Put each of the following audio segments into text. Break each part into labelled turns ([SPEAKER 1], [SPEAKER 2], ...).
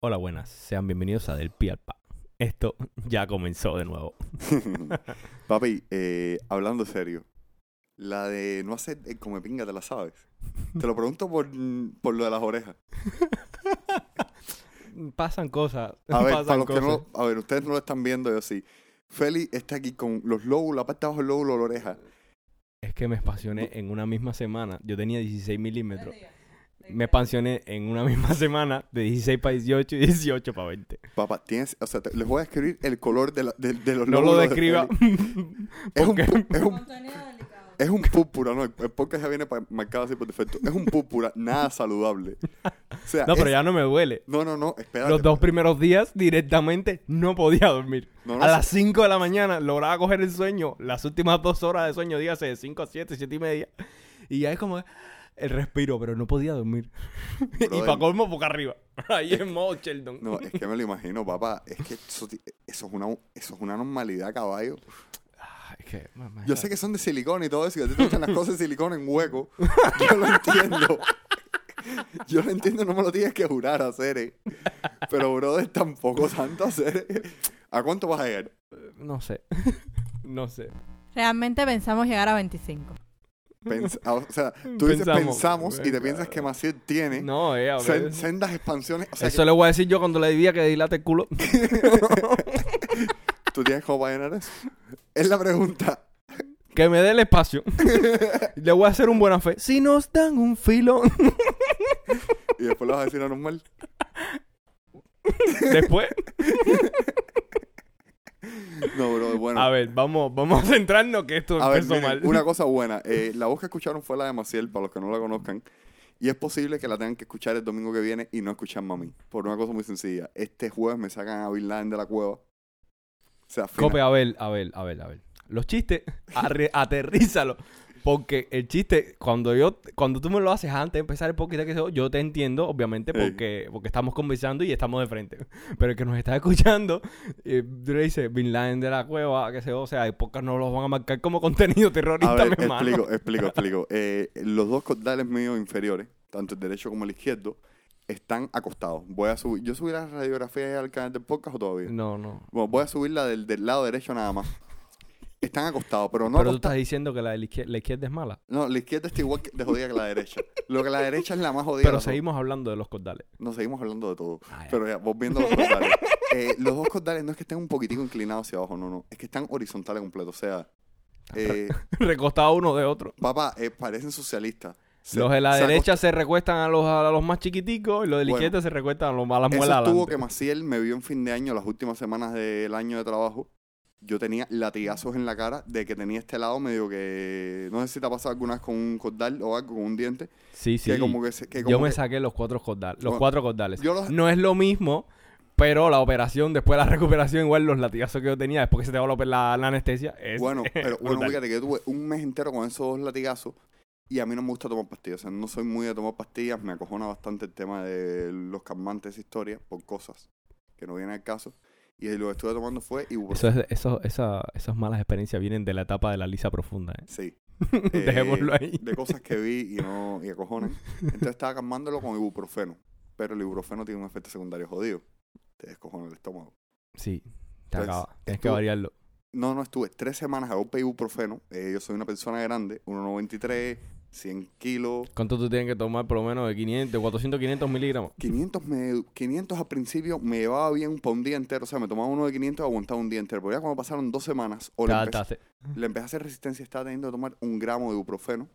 [SPEAKER 1] Hola, buenas. Sean bienvenidos a Del Pi al Pa. Esto ya comenzó de nuevo.
[SPEAKER 2] Papi, eh, hablando serio, la de no hacer el come pinga te la sabes. Te lo pregunto por, por lo de las orejas.
[SPEAKER 1] Pasan cosas.
[SPEAKER 2] A ver,
[SPEAKER 1] pasan
[SPEAKER 2] para los que
[SPEAKER 1] cosas.
[SPEAKER 2] no, a ver, ustedes no lo están viendo, yo sí. Feli está aquí con los lóbulos, la parte de abajo del lóbulo de la oreja.
[SPEAKER 1] Es que me expansioné en una misma semana. Yo tenía 16 milímetros. Me expansioné en una misma semana de 16 para 18 y 18 para 20.
[SPEAKER 2] Papá, tienes, o sea, te- les voy a escribir el color de, la- de- de los
[SPEAKER 1] No
[SPEAKER 2] lóbulos.
[SPEAKER 1] lo
[SPEAKER 2] de
[SPEAKER 1] describa.
[SPEAKER 2] Feli. es, un,
[SPEAKER 1] porque-
[SPEAKER 2] pu- es, un,
[SPEAKER 3] Contenido delicado.
[SPEAKER 2] es un púrpura, ¿no? El, el podcast ya viene pa- marcado así por defecto. Es un púrpura, nada saludable. O sea,
[SPEAKER 1] No, pero
[SPEAKER 2] es-
[SPEAKER 1] ya no me duele.
[SPEAKER 2] No, no, no, espérate.
[SPEAKER 1] Los dos primeros días directamente no podía dormir.
[SPEAKER 2] No, no,
[SPEAKER 1] A
[SPEAKER 2] sí.
[SPEAKER 1] las 5 de la mañana lograba coger el sueño. Las últimas dos horas de sueño, dígase de 5 a 7, 7 y media. Y ya es como el respiro, pero no podía dormir. y
[SPEAKER 2] Brother.
[SPEAKER 1] para colmo, boca arriba. Ahí en modo Sheldon.
[SPEAKER 2] No, es que me lo imagino, papá. Es que eso, ti- eso es, una, eso es una normalidad, caballo.
[SPEAKER 1] Ah, es que, mamá,
[SPEAKER 2] Yo sé que son de silicona y todo eso, y a ti te echan las cosas de silicona en hueco. Yo lo entiendo. Yo lo entiendo, no me lo tienes que jurar, hacer. eh. Pero, brother, tampoco tanto hacer. eh. ¿A cuánto vas a llegar?
[SPEAKER 1] No sé. no sé.
[SPEAKER 3] Realmente pensamos llegar a 25.
[SPEAKER 2] Pens- ah, o sea, tú
[SPEAKER 1] Pensamos.
[SPEAKER 2] dices
[SPEAKER 1] Ah,
[SPEAKER 2] pensamos y te piensas que Maciel tiene
[SPEAKER 1] No, eh, a ver.
[SPEAKER 2] sen- sendas expansiones. O sea,
[SPEAKER 1] Eso le voy a decir yo cuando le diga que dilate el culo.
[SPEAKER 2] que tú tienes como para llenar eso. Es la pregunta.
[SPEAKER 1] Que me dé el espacio. le voy a hacer un buena fe. Si nos dan un filo.
[SPEAKER 2] Y después lo vas a decir a normal.
[SPEAKER 1] Después.
[SPEAKER 2] No, brother, bueno.
[SPEAKER 1] A ver, vamos, vamos a centrarnos que esto
[SPEAKER 2] A ver,
[SPEAKER 1] empezó
[SPEAKER 2] miren,
[SPEAKER 1] mal.
[SPEAKER 2] una cosa buena. eh, la voz que escucharon fue la de Maciel, para los que no la conozcan. Y es posible que la tengan que escuchar el domingo que viene y no escucharme a mí. Por una cosa muy sencilla. Este jueves me sacan a Bin Laden de la cueva. O sea, fina-
[SPEAKER 1] Cope, a ver, a ver, a ver, a ver. Los chistes, arre- aterrízalo. Porque el chiste, cuando yo, cuando tú me lo haces antes de empezar el podcast, que yo- yo te entiendo, obviamente,
[SPEAKER 2] Ey.
[SPEAKER 1] porque, porque estamos conversando y estamos de frente. Pero el que nos está escuchando, eh, tú le dices, Bin Laden de la cueva, que se o sea, el podcast no los van a marcar como contenido terrorista,
[SPEAKER 2] A ver,
[SPEAKER 1] mi hermano.
[SPEAKER 2] explico, explico, explico. Eh, los dos cordales míos inferiores, tanto el derecho como el izquierdo, están acostados. Voy a subir. ¿Yo subí la radiografía al canal del podcast o todavía?
[SPEAKER 1] No, no.
[SPEAKER 2] Bueno, voy a subir la del, del lado derecho nada más. Están acostados, pero no pues,
[SPEAKER 1] Pero tú
[SPEAKER 2] acostados.
[SPEAKER 1] estás diciendo que la, de la izquierda, la izquierda es mala.
[SPEAKER 2] No, la izquierda está igual que- de jodida que la derecha. Lo que la derecha es la más jodida. de
[SPEAKER 1] Pero
[SPEAKER 2] las dos.
[SPEAKER 1] seguimos hablando de los cordales.
[SPEAKER 2] Nos seguimos hablando de todo.
[SPEAKER 1] Ah, ya.
[SPEAKER 2] Pero ya, volviendo a los cordales. Eh, los dos cordales no es que estén un poquitico inclinados hacia abajo, no, no. Es que están horizontales completo. O sea,
[SPEAKER 1] Ah,
[SPEAKER 2] eh,
[SPEAKER 1] Recostado uno de otro.
[SPEAKER 2] papá, eh, parecen socialistas. Se-
[SPEAKER 1] los de la
[SPEAKER 2] se
[SPEAKER 1] derecha se recuestan a los, a los más chiquiticos y los de la
[SPEAKER 2] Bueno.
[SPEAKER 1] izquierda se recuestan a los más a las
[SPEAKER 2] acost- Eso
[SPEAKER 1] muelas
[SPEAKER 2] estuvo
[SPEAKER 1] adelante.
[SPEAKER 2] que Maciel me vio en fin de año, las últimas semanas del año de trabajo. Yo tenía latigazos en la cara de que tenía este lado medio que... No sé si te ha pasado alguna vez con un cordal o algo, con un diente.
[SPEAKER 1] Sí, sí.
[SPEAKER 2] Que como que... se- que
[SPEAKER 1] yo
[SPEAKER 2] como
[SPEAKER 1] me
[SPEAKER 2] que-
[SPEAKER 1] saqué los cuatro cordales. Los
[SPEAKER 2] Bueno,
[SPEAKER 1] cuatro cordales.
[SPEAKER 2] yo los-
[SPEAKER 1] No es lo mismo, pero la operación, después de la recuperación, igual los latigazos que yo tenía después que se te va la, oper- la- la anestesia. Es
[SPEAKER 2] Bueno, pero bueno,
[SPEAKER 1] brutal.
[SPEAKER 2] fíjate que yo tuve un mes entero con esos dos latigazos y a mí no me gusta tomar pastillas. O sea, no soy muy de tomar pastillas. Me acojona bastante el tema de los calmantes, esa historia, por cosas que no vienen al caso. Y lo que estuve tomando fue
[SPEAKER 1] Eso
[SPEAKER 2] ibuprofeno.
[SPEAKER 1] es, eso, esa- esas malas experiencias vienen de la etapa de la lisa profunda. ¿eh?
[SPEAKER 2] Sí. Eh,
[SPEAKER 1] Dejémoslo ahí.
[SPEAKER 2] De cosas que vi y no y acojonan. Entonces estaba calmándolo con ibuprofeno. Pero el ibuprofeno tiene un efecto secundario jodido. Te descojona el estómago.
[SPEAKER 1] Sí, te
[SPEAKER 2] Pues,
[SPEAKER 1] acaba. Tienes que
[SPEAKER 2] estuvo-
[SPEAKER 1] variarlo.
[SPEAKER 2] No, no, estuve tres semanas a golpe de ibuprofeno. Eh, yo soy una persona grande, 1,93, 100 kilos.
[SPEAKER 1] ¿Cuánto tú tienes que tomar? Por lo menos de 500, 400, 500 miligramos.
[SPEAKER 2] 500, me, 500 al principio me llevaba bien para un día entero. O sea, me tomaba uno de 500 y aguantaba un día entero. Pero ya cuando pasaron dos semanas, o
[SPEAKER 1] Te
[SPEAKER 2] le empecé,
[SPEAKER 1] adaptaste.
[SPEAKER 2] le empecé a hacer resistencia, estaba teniendo que tomar un gramo de ibuprofeno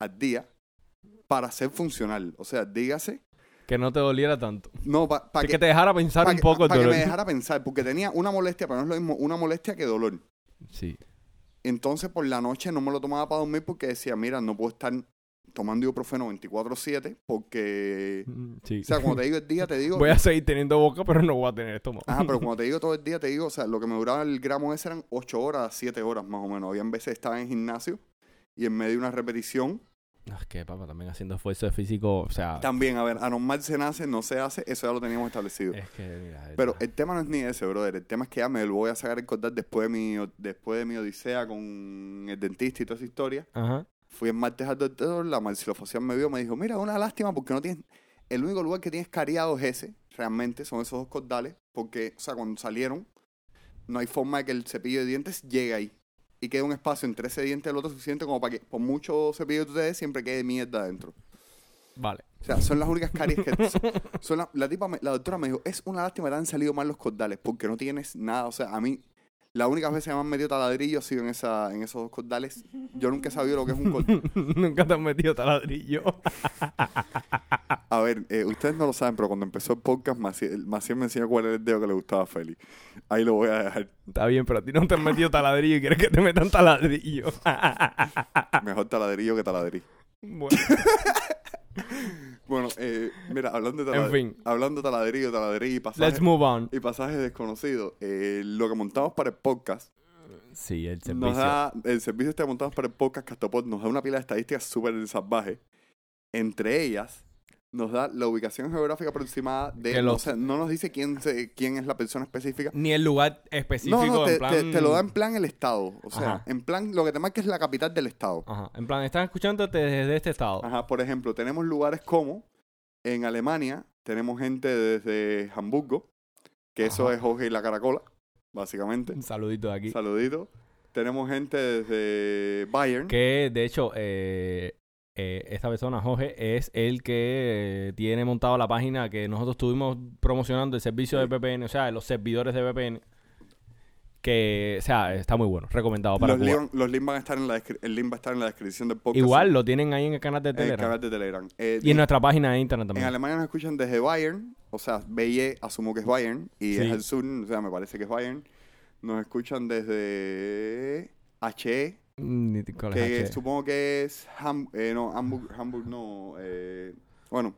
[SPEAKER 2] al día para ser funcional. O sea, dígase.
[SPEAKER 1] Que no te doliera tanto.
[SPEAKER 2] No, para
[SPEAKER 1] Que,
[SPEAKER 2] que,
[SPEAKER 1] te dejara pensar
[SPEAKER 2] pa'
[SPEAKER 1] un
[SPEAKER 2] que-
[SPEAKER 1] poco el
[SPEAKER 2] pa' que
[SPEAKER 1] dolor.
[SPEAKER 2] me dejara pensar. Porque tenía una molestia, pero no es lo mismo una molestia que dolor.
[SPEAKER 1] Sí.
[SPEAKER 2] Entonces, por la noche no me lo tomaba para dormir porque decía, mira, no puedo estar tomando ibuprofeno 24-7 porque...
[SPEAKER 1] Mm, Sí.
[SPEAKER 2] O sea, cuando te digo el día, te digo...
[SPEAKER 1] Voy a seguir teniendo boca, pero no voy a tener estómago.
[SPEAKER 2] Ajá, pero cuando te digo todo el día, te digo, o sea, lo que me duraba el gramo ese eran 8 horas, 7 horas más o menos. Habían veces estaba en el gimnasio y en medio de una repetición.
[SPEAKER 1] No, Ah, es que, papá, también haciendo esfuerzo de físico, o sea...
[SPEAKER 2] También, a ver, anormal se nace, no se hace, eso ya lo teníamos establecido.
[SPEAKER 1] Es que, mira... es-
[SPEAKER 2] Pero eh, el tema no es ni ese, brother. El tema es que ya me lo voy a sacar el cordal después de mi, después de mi odisea con el dentista y toda esa historia.
[SPEAKER 1] Ajá.
[SPEAKER 2] Fui el martes al doctor, la marcilofacial me vio, me dijo, mira, una lástima porque no tienes... El único lugar que tienes cariado es ese. realmente son esos dos cordales, porque, o sea, cuando salieron, no hay forma de que el cepillo de dientes llegue ahí. Y queda un espacio entre ese diente y el otro suficiente como para que, por mucho cepillo que tú te des, siempre quede mierda adentro.
[SPEAKER 1] Vale.
[SPEAKER 2] O sea, son las únicas caries que... Son la, la tipa me- la doctora me dijo, es una lástima que te han salido mal los cordales, porque no tienes nada. O sea, a mí, las únicas veces que me han metido taladrillo ha sido en, esa, en esos dos cordales. Yo nunca he sabido lo que es un cordal.
[SPEAKER 1] Nunca te han metido taladrillo.
[SPEAKER 2] A ver, eh, ustedes no lo saben, pero cuando empezó el podcast, Maciel, Maciel me enseñó cuál era el dedo que le gustaba a Feli. Ahí lo voy a dejar.
[SPEAKER 1] Está bien, pero a ti no te han metido taladrillo y quieres que te metan taladrillo. Ah.
[SPEAKER 2] Mejor taladrillo que taladrillo.
[SPEAKER 1] bueno,
[SPEAKER 2] Bueno, eh, mira, hablando de
[SPEAKER 1] En
[SPEAKER 2] taladrillo,
[SPEAKER 1] fin.
[SPEAKER 2] hablando de taladrillo, taladrillo y pasajes,
[SPEAKER 1] let's move on.
[SPEAKER 2] y pasajes desconocidos, eh, lo que montamos para el podcast
[SPEAKER 1] Sí, el
[SPEAKER 2] Nos da, el servicio este que montamos para el podcast Castopod nos da una pila de estadísticas súper salvaje. Entre ellas, nos da la ubicación geográfica aproximada de...
[SPEAKER 1] Que
[SPEAKER 2] no
[SPEAKER 1] los-
[SPEAKER 2] sé, no nos dice quién, se- quién es la persona específica.
[SPEAKER 1] Ni el lugar específico,
[SPEAKER 2] No, no, te,
[SPEAKER 1] en plan...
[SPEAKER 2] te- te lo da en plan el estado. O sea,
[SPEAKER 1] Ajá.
[SPEAKER 2] en plan lo que te marca es la capital del estado.
[SPEAKER 1] Ajá, en plan, están escuchándote desde este estado.
[SPEAKER 2] Ajá, por ejemplo, tenemos lugares como en Alemania, tenemos gente desde Hamburgo, que eso
[SPEAKER 1] Ajá.
[SPEAKER 2] es Jorge y la Caracola, básicamente.
[SPEAKER 1] Un saludito de aquí.
[SPEAKER 2] Saludito. Tenemos gente desde Bayern.
[SPEAKER 1] Que de hecho, eh, eh, esta persona, Jorge, es el que eh, tiene montado la página que nosotros estuvimos promocionando el servicio de VPN, o sea, los servidores de VPN. Que, o sea, está muy bueno, recomendado para
[SPEAKER 2] Los,
[SPEAKER 1] Cuba.
[SPEAKER 2] lin- los links van a estar en la descri- el link va a estar en la descripción del podcast.
[SPEAKER 1] Igual lo tienen ahí en el canal de
[SPEAKER 2] en el
[SPEAKER 1] Telegram.
[SPEAKER 2] canal de Telegram. Eh,
[SPEAKER 1] Y en
[SPEAKER 2] en,
[SPEAKER 1] nuestra página de internet
[SPEAKER 2] en
[SPEAKER 1] también.
[SPEAKER 2] Alemania nos escuchan desde Bayern, o sea, BY asumo que es Bayern y
[SPEAKER 1] Sí.
[SPEAKER 2] es el sur, o sea, me parece que es Bayern. Nos escuchan desde HE,
[SPEAKER 1] Mm, ni te- ¿cuál es
[SPEAKER 2] que
[SPEAKER 1] H?
[SPEAKER 2] supongo que es Ham- eh, no, Hamburg, Hamburg no, eh, bueno,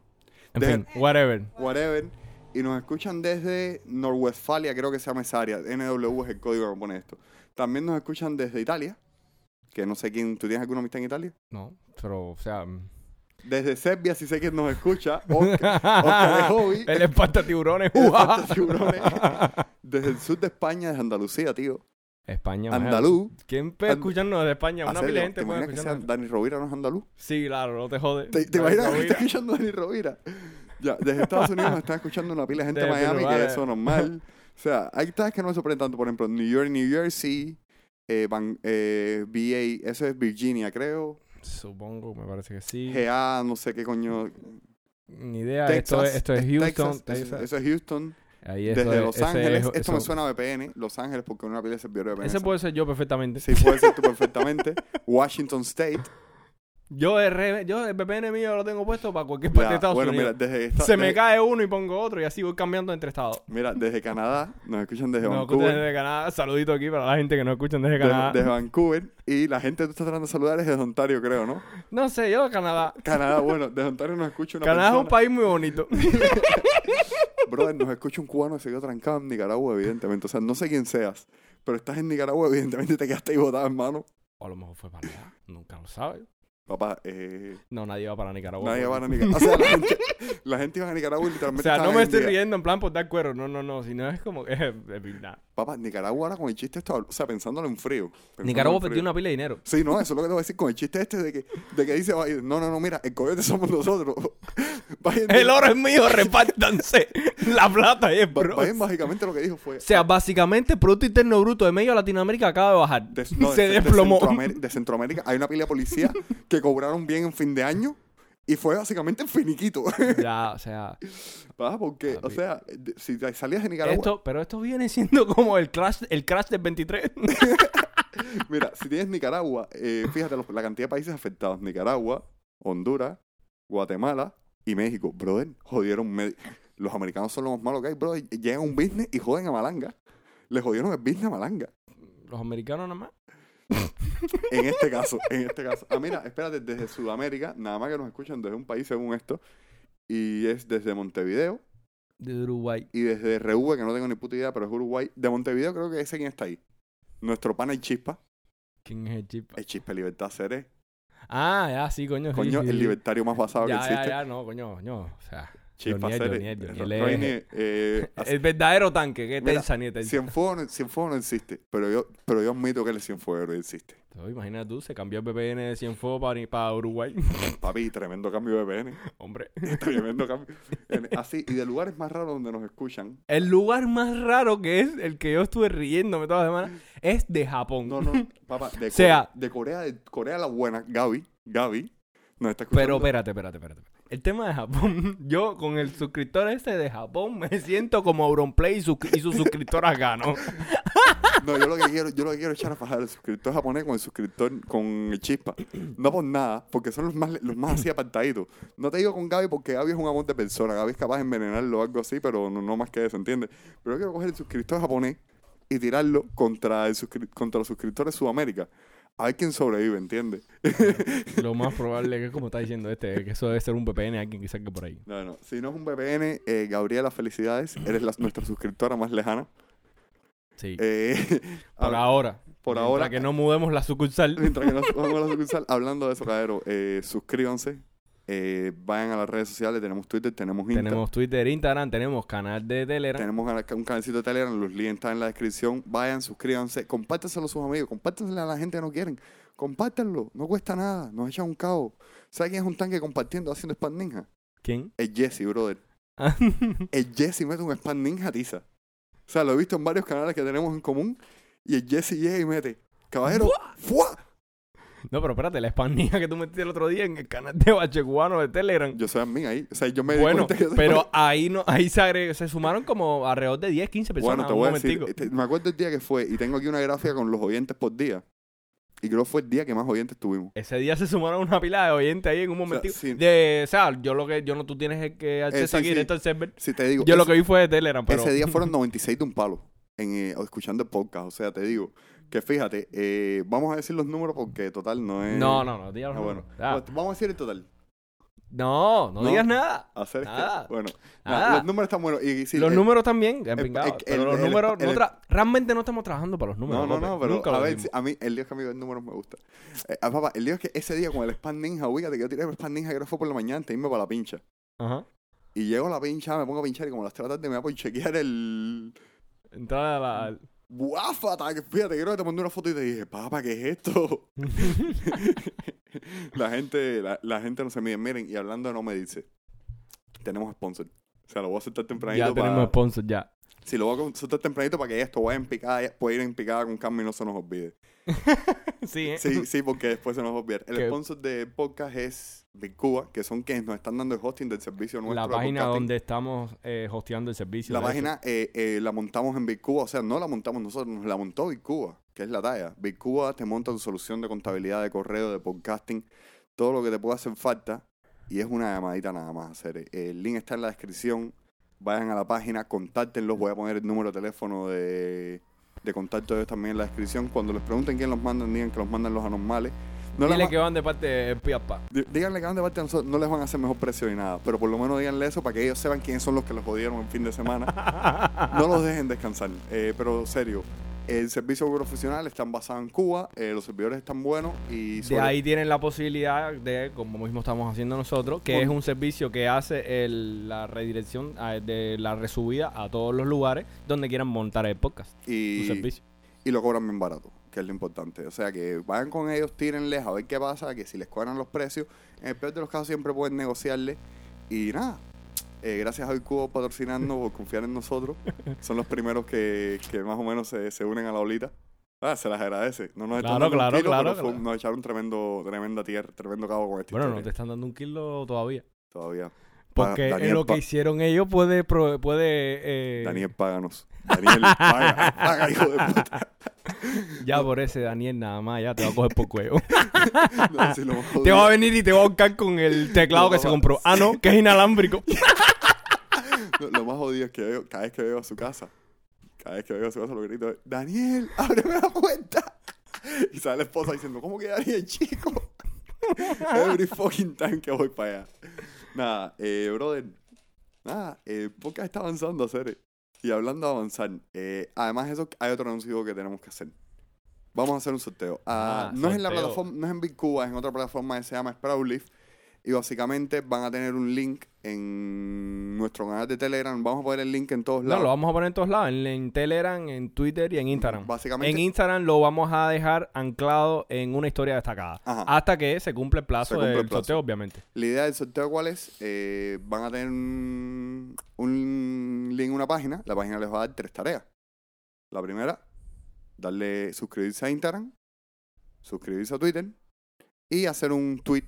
[SPEAKER 1] En
[SPEAKER 2] de-
[SPEAKER 1] fin, whatever.
[SPEAKER 2] whatever. Y nos escuchan desde Norwestfalia, creo que se llama esa área. NW es el código que pone esto. También nos escuchan desde Italia, que no sé quién, ¿tú tienes alguna amistad en Italia?
[SPEAKER 1] No, pero, o sea. mm.
[SPEAKER 2] Desde Serbia, si sé que nos escucha, Oscar, Oscar de Hobby,
[SPEAKER 1] el esparta tiburones.
[SPEAKER 2] el Esparta Tiburones. desde el sur de España, desde Andalucía, tío.
[SPEAKER 1] España, man.
[SPEAKER 2] Andaluz.
[SPEAKER 1] ¿Quién puede
[SPEAKER 2] And-
[SPEAKER 1] escucharnos de España? Una
[SPEAKER 2] Hacerlo.
[SPEAKER 1] pila de
[SPEAKER 2] ¿Te
[SPEAKER 1] gente puede
[SPEAKER 2] imaginas que sea
[SPEAKER 1] escucharnos.
[SPEAKER 2] Dani Rovira no es andaluz?
[SPEAKER 1] Sí, claro, no te jodes.
[SPEAKER 2] ¿Te,
[SPEAKER 1] Dale,
[SPEAKER 2] te imaginas que
[SPEAKER 1] Rovira.
[SPEAKER 2] está escuchando Dani Rovira? Ya, desde Estados Unidos nos está escuchando una pila de gente de
[SPEAKER 1] Desde
[SPEAKER 2] Miami, que
[SPEAKER 1] lugares.
[SPEAKER 2] eso es normal. O sea, hay cosas que no me sorprenden tanto. Por ejemplo, New York, New Jersey, eh, Van- eh, VA, eso es Virginia, creo.
[SPEAKER 1] Supongo, me parece que sí.
[SPEAKER 2] GA, no sé qué coño.
[SPEAKER 1] Ni idea.
[SPEAKER 2] Texas,
[SPEAKER 1] esto, es, esto es Houston.
[SPEAKER 2] Texas, eso-
[SPEAKER 1] Texas.
[SPEAKER 2] eso es Houston.
[SPEAKER 1] Ahí esto
[SPEAKER 2] Desde
[SPEAKER 1] es-
[SPEAKER 2] Los
[SPEAKER 1] ese es-
[SPEAKER 2] Ángeles.
[SPEAKER 1] eso-
[SPEAKER 2] Esto me suena a VPN. Los Ángeles, porque una pila de servidores de VPN.
[SPEAKER 1] Ese puede ser yo perfectamente.
[SPEAKER 2] Sí, puede ser tú perfectamente. Washington State.
[SPEAKER 1] Yo, el re- yo el VPN mío lo tengo puesto para cualquier parte de
[SPEAKER 2] Ya,
[SPEAKER 1] Estados
[SPEAKER 2] bueno, mira,
[SPEAKER 1] Unidos.
[SPEAKER 2] desde, esta-
[SPEAKER 1] Se me
[SPEAKER 2] desde-
[SPEAKER 1] cae uno y pongo otro y así voy cambiando entre estados.
[SPEAKER 2] Mira, desde Canadá. Nos escuchan desde
[SPEAKER 1] No escuchan
[SPEAKER 2] Vancouver.
[SPEAKER 1] desde Canadá. Saludito aquí para la gente que no escuchan desde
[SPEAKER 2] de-
[SPEAKER 1] Canadá.
[SPEAKER 2] desde Vancouver. Y la gente que tú estás tratando de saludar es de Ontario, creo, ¿no?
[SPEAKER 1] No sé, yo de Canadá.
[SPEAKER 2] Canadá, bueno, desde Ontario nos escucha una
[SPEAKER 1] Canadá es un
[SPEAKER 2] persona.
[SPEAKER 1] país muy bonito.
[SPEAKER 2] Brother, nos escucha un cubano que se quedó trancado en Nicaragua, evidentemente. O sea, no sé quién seas, pero estás en Nicaragua, evidentemente te quedaste ahí botado, hermano.
[SPEAKER 1] O a lo mejor fue para allá. Nunca lo sabes.
[SPEAKER 2] Papá, eh,
[SPEAKER 1] No, nadie va para Nicaragua.
[SPEAKER 2] nadie
[SPEAKER 1] por-
[SPEAKER 2] va a Nicaragua. O sea, la gente, la gente iba a Nicaragua y
[SPEAKER 1] O
[SPEAKER 2] literalmente
[SPEAKER 1] sea, no
[SPEAKER 2] estaban
[SPEAKER 1] me
[SPEAKER 2] en
[SPEAKER 1] estoy
[SPEAKER 2] Nicaragua.
[SPEAKER 1] riendo en plan por dar cuero. No, no, no. Si no es como que es verdad.
[SPEAKER 2] Papá, Nicaragua ahora con el chiste esto, o sea, pensándolo en frío. pensándolo
[SPEAKER 1] Nicaragua
[SPEAKER 2] en frío.
[SPEAKER 1] perdió una pila de dinero.
[SPEAKER 2] Sí, no, eso es lo que te voy a decir con el chiste este de que, de que dice Biden, no, no, no, mira, el coyote somos nosotros. Biden,
[SPEAKER 1] El oro es mío, repártanse. La plata es
[SPEAKER 2] Ba-
[SPEAKER 1] bro.
[SPEAKER 2] Biden básicamente lo que dijo fue...
[SPEAKER 1] O sea, básicamente el Producto Interno Bruto de medio Latinoamérica acaba de bajar.
[SPEAKER 2] de- no,
[SPEAKER 1] Se
[SPEAKER 2] de- de
[SPEAKER 1] desplomó.
[SPEAKER 2] Centroamer- De, Centroamérica hay una pila de policía que cobraron bien en fin de año y fue básicamente el finiquito.
[SPEAKER 1] ya, o sea,
[SPEAKER 2] ¿Verdad? Porque, o
[SPEAKER 1] Papi.
[SPEAKER 2] sea, de- si te salías de Nicaragua...
[SPEAKER 1] esto, pero esto viene siendo como el crash, el crash del 23.
[SPEAKER 2] Mira, si tienes Nicaragua, eh, fíjate los- la cantidad de países afectados. Nicaragua, Honduras, Guatemala y México. Brother, jodieron. me- Los americanos son los más malos que hay, brother. Llegan a un business y joden a Malanga. Le jodieron el business a Malanga.
[SPEAKER 1] Los americanos nada más.
[SPEAKER 2] En este caso, en este caso. Ah, mira, espérate, desde Sudamérica, nada más que nos escuchan desde un país según esto. Y es desde Montevideo
[SPEAKER 1] De Uruguay.
[SPEAKER 2] y desde RV, que no tengo ni puta idea, pero es Uruguay. De Montevideo creo que ese quien está ahí. Nuestro pana el Chispa.
[SPEAKER 1] ¿Quién es el chip?
[SPEAKER 2] El Chispa de Libertad Seré.
[SPEAKER 1] Ah, ya, sí, coño. sí,
[SPEAKER 2] Coño,
[SPEAKER 1] sí,
[SPEAKER 2] el
[SPEAKER 1] sí.
[SPEAKER 2] libertario más basado que
[SPEAKER 1] Ya,
[SPEAKER 2] existe.
[SPEAKER 1] ya, ya, no, coño, coño. O sea,
[SPEAKER 2] Chispa,
[SPEAKER 1] Loniel,
[SPEAKER 2] Cere.
[SPEAKER 1] Loniel, Loniel
[SPEAKER 2] Ro- e- Roini, eh,
[SPEAKER 1] El verdadero tanque, que
[SPEAKER 2] Mira,
[SPEAKER 1] tensa ni tensa.
[SPEAKER 2] Cienfuegos no, Cienfuegos no existe, pero yo, pero yo admito que el Cienfuegos existe.
[SPEAKER 1] Entonces, Imagínate tú, se cambió el VPN de Cienfuegos para, para Uruguay.
[SPEAKER 2] Papi, tremendo cambio de VPN.
[SPEAKER 1] Hombre.
[SPEAKER 2] tremendo cambio. En- Así, y de lugares más raros donde nos escuchan.
[SPEAKER 1] El lugar más raro que es el que yo estuve riéndome toda la semana es de Japón.
[SPEAKER 2] No, no, papá, de, Core-
[SPEAKER 1] sea-
[SPEAKER 2] de Corea, de Corea la buena, Gaby, Gaby, nos está
[SPEAKER 1] Pero
[SPEAKER 2] escuchando.
[SPEAKER 1] espérate, espérate, espérate. El tema de Japón, yo con el suscriptor este de Japón me siento como Auronplay y, su- y sus suscriptoras gano.
[SPEAKER 2] No, yo lo que quiero, yo lo que quiero echar a fajar el suscriptor japonés con el suscriptor con el chispa. No por nada, porque son los más, los más así apartaditos. No te digo con Gaby porque Gaby es un amor de persona. Gaby es capaz de envenenarlo o algo así, pero no, no más que eso, ¿entiendes? Pero yo quiero coger el suscriptor japonés y tirarlo contra, el suscri- contra los suscriptores de Sudamérica. A ver quién sobrevive, ¿entiendes?
[SPEAKER 1] Lo más probable que es como está diciendo este, que eso debe ser un VPN alguien que saque por ahí.
[SPEAKER 2] No, no. Si no es un VPN, eh, Gabriela, felicidades. Eres la- nuestra suscriptora más lejana.
[SPEAKER 1] Sí.
[SPEAKER 2] Eh,
[SPEAKER 1] por
[SPEAKER 2] hab-
[SPEAKER 1] ahora.
[SPEAKER 2] por
[SPEAKER 1] Mientras
[SPEAKER 2] ahora-
[SPEAKER 1] que no mudemos la sucursal.
[SPEAKER 2] Mientras que nos vamos a la sucursal, hablando de eso, Cadero, eh, suscríbanse. eh, vayan a las redes sociales. Tenemos Twitter, tenemos Instagram.
[SPEAKER 1] tenemos
[SPEAKER 2] Tenemos,
[SPEAKER 1] Twitter, Instagram, tenemos canal de Telegram.
[SPEAKER 2] ana- un canalcito de Telegram. Los links están en la descripción. Vayan, suscríbanse. Compártanselo a sus amigos. Compártanselo a la gente que no quieren. Compártanlo. No cuesta nada. Nos echan un cabo. ¿Sabes quién es un tanque compartiendo, haciendo spam ninja?
[SPEAKER 1] ¿Quién?
[SPEAKER 2] Es Jesse, brother.
[SPEAKER 1] Ah.
[SPEAKER 2] el Jesse mete un spam ninja tiza. O sea, lo he visto en varios canales que tenemos en común. Y el Jesse llega y mete. Caballero, ¡fua!
[SPEAKER 1] No, pero espérate, la espanía que tú metiste el otro día en el canal de Bache Cubano de Telegram.
[SPEAKER 2] Yo soy admin ahí. O sea, yo me di
[SPEAKER 1] Bueno,
[SPEAKER 2] cuenta que yo soy-
[SPEAKER 1] pero ahí no, ahí se, agre- se sumaron como alrededor de 10, 15 personas.
[SPEAKER 2] Bueno, te
[SPEAKER 1] un
[SPEAKER 2] voy a decir.
[SPEAKER 1] momentico.
[SPEAKER 2] este, me acuerdo el día que fue. Y tengo aquí una gráfica con los oyentes por día. Y creo que fue el día que más oyentes tuvimos.
[SPEAKER 1] Ese día se sumaron una pila de oyentes ahí en un momentico.
[SPEAKER 2] sí. Eh,
[SPEAKER 1] de, o sea, yo lo que, yo no, tú tienes el que acceso
[SPEAKER 2] sí,
[SPEAKER 1] aquí
[SPEAKER 2] sí.
[SPEAKER 1] directo al server.
[SPEAKER 2] Si te digo.
[SPEAKER 1] Yo lo
[SPEAKER 2] ese-
[SPEAKER 1] que vi fue de Telegram, pero
[SPEAKER 2] Ese día fueron 96 de un palo en, eh, escuchando el podcast. O sea, te digo que fíjate, eh, vamos a decir los números porque total no es.
[SPEAKER 1] no, no, no, digas
[SPEAKER 2] Ah, bueno.
[SPEAKER 1] números. Ah,
[SPEAKER 2] Pues, Vamos a decir el total.
[SPEAKER 1] no, no,
[SPEAKER 2] No.
[SPEAKER 1] digas nada.
[SPEAKER 2] Hacer este-
[SPEAKER 1] Nada.
[SPEAKER 2] Bueno, nada,
[SPEAKER 1] Nada.
[SPEAKER 2] los números están buenos. Y, y sí,
[SPEAKER 1] los
[SPEAKER 2] eh,
[SPEAKER 1] números también, que han
[SPEAKER 2] el-
[SPEAKER 1] pingado,
[SPEAKER 2] el-
[SPEAKER 1] pero los
[SPEAKER 2] el-
[SPEAKER 1] números
[SPEAKER 2] el-
[SPEAKER 1] no tra- realmente no estamos trabajando para los números.
[SPEAKER 2] No, no,
[SPEAKER 1] López.
[SPEAKER 2] no, pero
[SPEAKER 1] Nunca
[SPEAKER 2] a
[SPEAKER 1] lo
[SPEAKER 2] ver,
[SPEAKER 1] hicimos.
[SPEAKER 2] si- a mí, el Dios que a mí los números me gusta. Eh, ah, papá, el Dios que ese día con el Spam Ninja, fíjate que yo tiré el Spam Ninja, creo que fue por la mañana, te irme para la pincha.
[SPEAKER 1] Ajá.
[SPEAKER 2] Y llego a la pincha, me pongo a pinchar y como a las 3 de la tarde me voy a chequear el...
[SPEAKER 1] Entrada a la- al-
[SPEAKER 2] ¡Guafata! que Fíjate, creo que te mandé una foto y te dije, papá, ¿qué es esto? la gente la, la gente no se mide. Miren, y hablando de no me dice, tenemos sponsor. O sea, lo voy a aceptar tempranito
[SPEAKER 1] Ya tenemos
[SPEAKER 2] para...
[SPEAKER 1] sponsor, ya.
[SPEAKER 2] Si lo voy a aceptar tempranito para que esto vaya en picada, ya pueda ir en picada con Carmen y no se nos olvide.
[SPEAKER 1] Sí, ¿eh?
[SPEAKER 2] Sí, sí, porque después se nos va a olvidar. El
[SPEAKER 1] Que-
[SPEAKER 2] sponsor de podcast es Cuba, que son quienes nos están dando el hosting del servicio nuestro.
[SPEAKER 1] la
[SPEAKER 2] de
[SPEAKER 1] página
[SPEAKER 2] podcasting.
[SPEAKER 1] donde estamos eh, hosteando el servicio.
[SPEAKER 2] La
[SPEAKER 1] de eso.
[SPEAKER 2] página eh, eh, la montamos en Cuba, o sea, no la montamos nosotros, nos la montó Cuba, que es la talla. Cuba te monta tu solución de contabilidad, de correo, de podcasting, todo lo que te pueda hacer falta. Y es una llamadita nada más hacer. eh, El link está en la descripción. Vayan a la página, contáctenlos. Voy a poner el número de teléfono de, de contacto de ellos también en la descripción. Cuando les pregunten quién los mandan, digan que los mandan los anormales. No les
[SPEAKER 1] Dile
[SPEAKER 2] ma-
[SPEAKER 1] que van de parte de Piapa.
[SPEAKER 2] Dí- Díganle que van de parte de nosotros, no les van a hacer mejor precio ni nada, pero por lo menos díganle eso para que ellos sepan quiénes son los que los jodieron el fin de semana. no los dejen descansar, eh, pero serio, el servicio profesional está basado en Cuba, eh, los servidores están buenos y
[SPEAKER 1] De
[SPEAKER 2] sobre-
[SPEAKER 1] ahí tienen la posibilidad de, como mismo estamos haciendo nosotros, que
[SPEAKER 2] Con-
[SPEAKER 1] es un servicio que hace el- la redirección a- de la resubida a todos los lugares donde quieran montar el podcast. Tu
[SPEAKER 2] y,
[SPEAKER 1] servicio.
[SPEAKER 2] y lo cobran bien barato, que es lo importante. O sea que vayan con ellos, tírenles a ver qué pasa, que si les cuadran los precios, en el peor de los casos siempre pueden negociarle y nada. eh, gracias a Hoy Cuba por patrocinarnos, por confiar en nosotros. Son los primeros que, que más o menos se, se unen a la olita. Ah, se las agradece. No nos
[SPEAKER 1] Claro,
[SPEAKER 2] están dando un
[SPEAKER 1] claro,
[SPEAKER 2] kilo,
[SPEAKER 1] claro,
[SPEAKER 2] pero fue-
[SPEAKER 1] claro.
[SPEAKER 2] nos echaron tremendo, tremenda tierra, tremendo cabo con este
[SPEAKER 1] Bueno, no te están dando un kilo todavía.
[SPEAKER 2] todavía. Pa-
[SPEAKER 1] Porque
[SPEAKER 2] Ah, Daniel
[SPEAKER 1] lo
[SPEAKER 2] pa-
[SPEAKER 1] que hicieron ellos puede... pro- puede eh,
[SPEAKER 2] Daniel, páganos. Daniel, paga, paga, hijo de puta.
[SPEAKER 1] Ya por ese Daniel nada más, ya te va a coger por cuello.
[SPEAKER 2] No, si lo más
[SPEAKER 1] te
[SPEAKER 2] jodido-
[SPEAKER 1] va a venir y te va a buscar con el teclado
[SPEAKER 2] No,
[SPEAKER 1] que se
[SPEAKER 2] papá.
[SPEAKER 1] compró. Ah, no, que es inalámbrico.
[SPEAKER 2] Lo, lo más jodido es que veo- cada vez que veo a su casa, cada vez que veo a su casa, lo grito, es, Daniel, ábreme la puerta. Y sale la esposa diciendo, ¿cómo que Daniel, chico? Every fucking time que voy para allá. Nada, eh, brother, nada, el podcast está avanzando, serio. Y hablando de avanzar, eh, además de eso, hay otro anuncio que tenemos que hacer. Vamos a hacer un sorteo. Ah,
[SPEAKER 1] Ah,
[SPEAKER 2] no es en la
[SPEAKER 1] sorteo.
[SPEAKER 2] plataforma, no es en Big Cuba, es en otra plataforma que se llama Sproutleaf. Y básicamente van a tener un link en nuestro canal de Telegram. Vamos a poner el link en todos
[SPEAKER 1] No,
[SPEAKER 2] lados.
[SPEAKER 1] lo vamos a poner en todos lados, en, en Telegram, en Twitter y en Instagram.
[SPEAKER 2] Básicamente-
[SPEAKER 1] En Instagram lo vamos a dejar anclado en una historia destacada.
[SPEAKER 2] Ajá.
[SPEAKER 1] Hasta que se cumpla el plazo
[SPEAKER 2] Se cumple el
[SPEAKER 1] del
[SPEAKER 2] plazo.
[SPEAKER 1] sorteo, obviamente.
[SPEAKER 2] La idea del sorteo cuál es, Eh, van a tener un, un link, una página, la página les va a dar tres tareas. La primera, darle suscribirse a Instagram, suscribirse a Twitter y hacer un tweet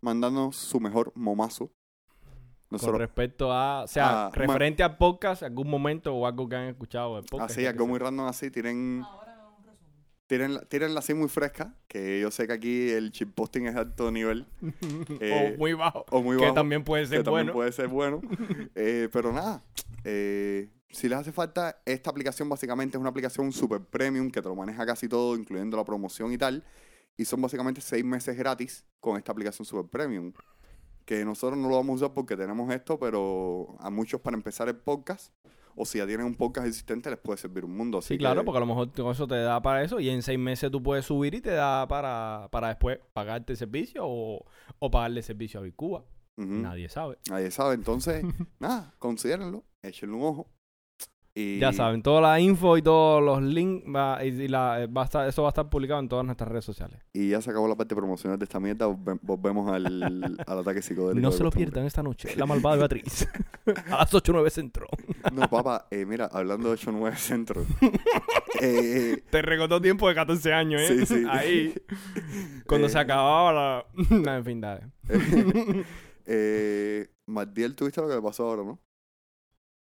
[SPEAKER 2] mandándonos su mejor momazo.
[SPEAKER 1] Con
[SPEAKER 2] Nosotros,
[SPEAKER 1] respecto a, o sea,
[SPEAKER 2] Ah,
[SPEAKER 1] referente al podcast, algún momento o algo que han escuchado del podcast.
[SPEAKER 2] así,
[SPEAKER 1] yo
[SPEAKER 2] Ah, algo
[SPEAKER 1] qué
[SPEAKER 2] muy random así, tienen...
[SPEAKER 3] Ahora un resumen.
[SPEAKER 2] Tírenla, tírenla así muy fresca, que yo sé que aquí el chip posting es de alto nivel.
[SPEAKER 1] sé.
[SPEAKER 2] eh,
[SPEAKER 1] o muy bajo.
[SPEAKER 2] o muy
[SPEAKER 1] Que
[SPEAKER 2] bajo,
[SPEAKER 1] también puede
[SPEAKER 2] que
[SPEAKER 1] ser
[SPEAKER 2] también
[SPEAKER 1] bueno.
[SPEAKER 2] puede ser bueno. Eh, pero nada, eh, si les hace falta, esta aplicación básicamente es una aplicación super premium que te lo maneja casi todo, incluyendo la promoción y tal. Y son básicamente seis meses gratis con esta aplicación super premium. Que nosotros no lo vamos a usar porque tenemos esto, pero a muchos para empezar el podcast, o si ya tienen un podcast existente, les puede servir un mundo.
[SPEAKER 1] Sí,
[SPEAKER 2] así
[SPEAKER 1] claro,
[SPEAKER 2] que-
[SPEAKER 1] porque a lo mejor con eso te da para eso y en seis meses tú puedes subir y te da para, para después pagarte el servicio o, o pagarle el servicio a Bicuba.
[SPEAKER 2] Ujú.
[SPEAKER 1] Nadie sabe.
[SPEAKER 2] Nadie sabe. Entonces, nada, considérenlo, échenle un ojo. Y
[SPEAKER 1] Ya saben, toda la info y todos los links, va, y, y la, eh, va a estar- eso va a estar publicado en todas nuestras redes sociales.
[SPEAKER 2] Y ya se acabó la parte promocional de esta mierda. volve- Volvemos al, al ataque psicodélico.
[SPEAKER 1] no
[SPEAKER 2] de
[SPEAKER 1] se lo
[SPEAKER 2] costumbre.
[SPEAKER 1] pierdan esta noche. La malvada Beatriz. a las 8 9 centro.
[SPEAKER 2] No, papá, eh, mira, hablando de 8-9 Centro. eh,
[SPEAKER 1] Te recordó tiempo de 14 años, ¿eh?
[SPEAKER 2] Sí, sí.
[SPEAKER 1] Ahí, cuando
[SPEAKER 2] Eh.
[SPEAKER 1] se acababa la... Nah, en fin, dale.
[SPEAKER 2] eh, eh, Mardiel, tuviste lo que le pasó ahora, ¿no?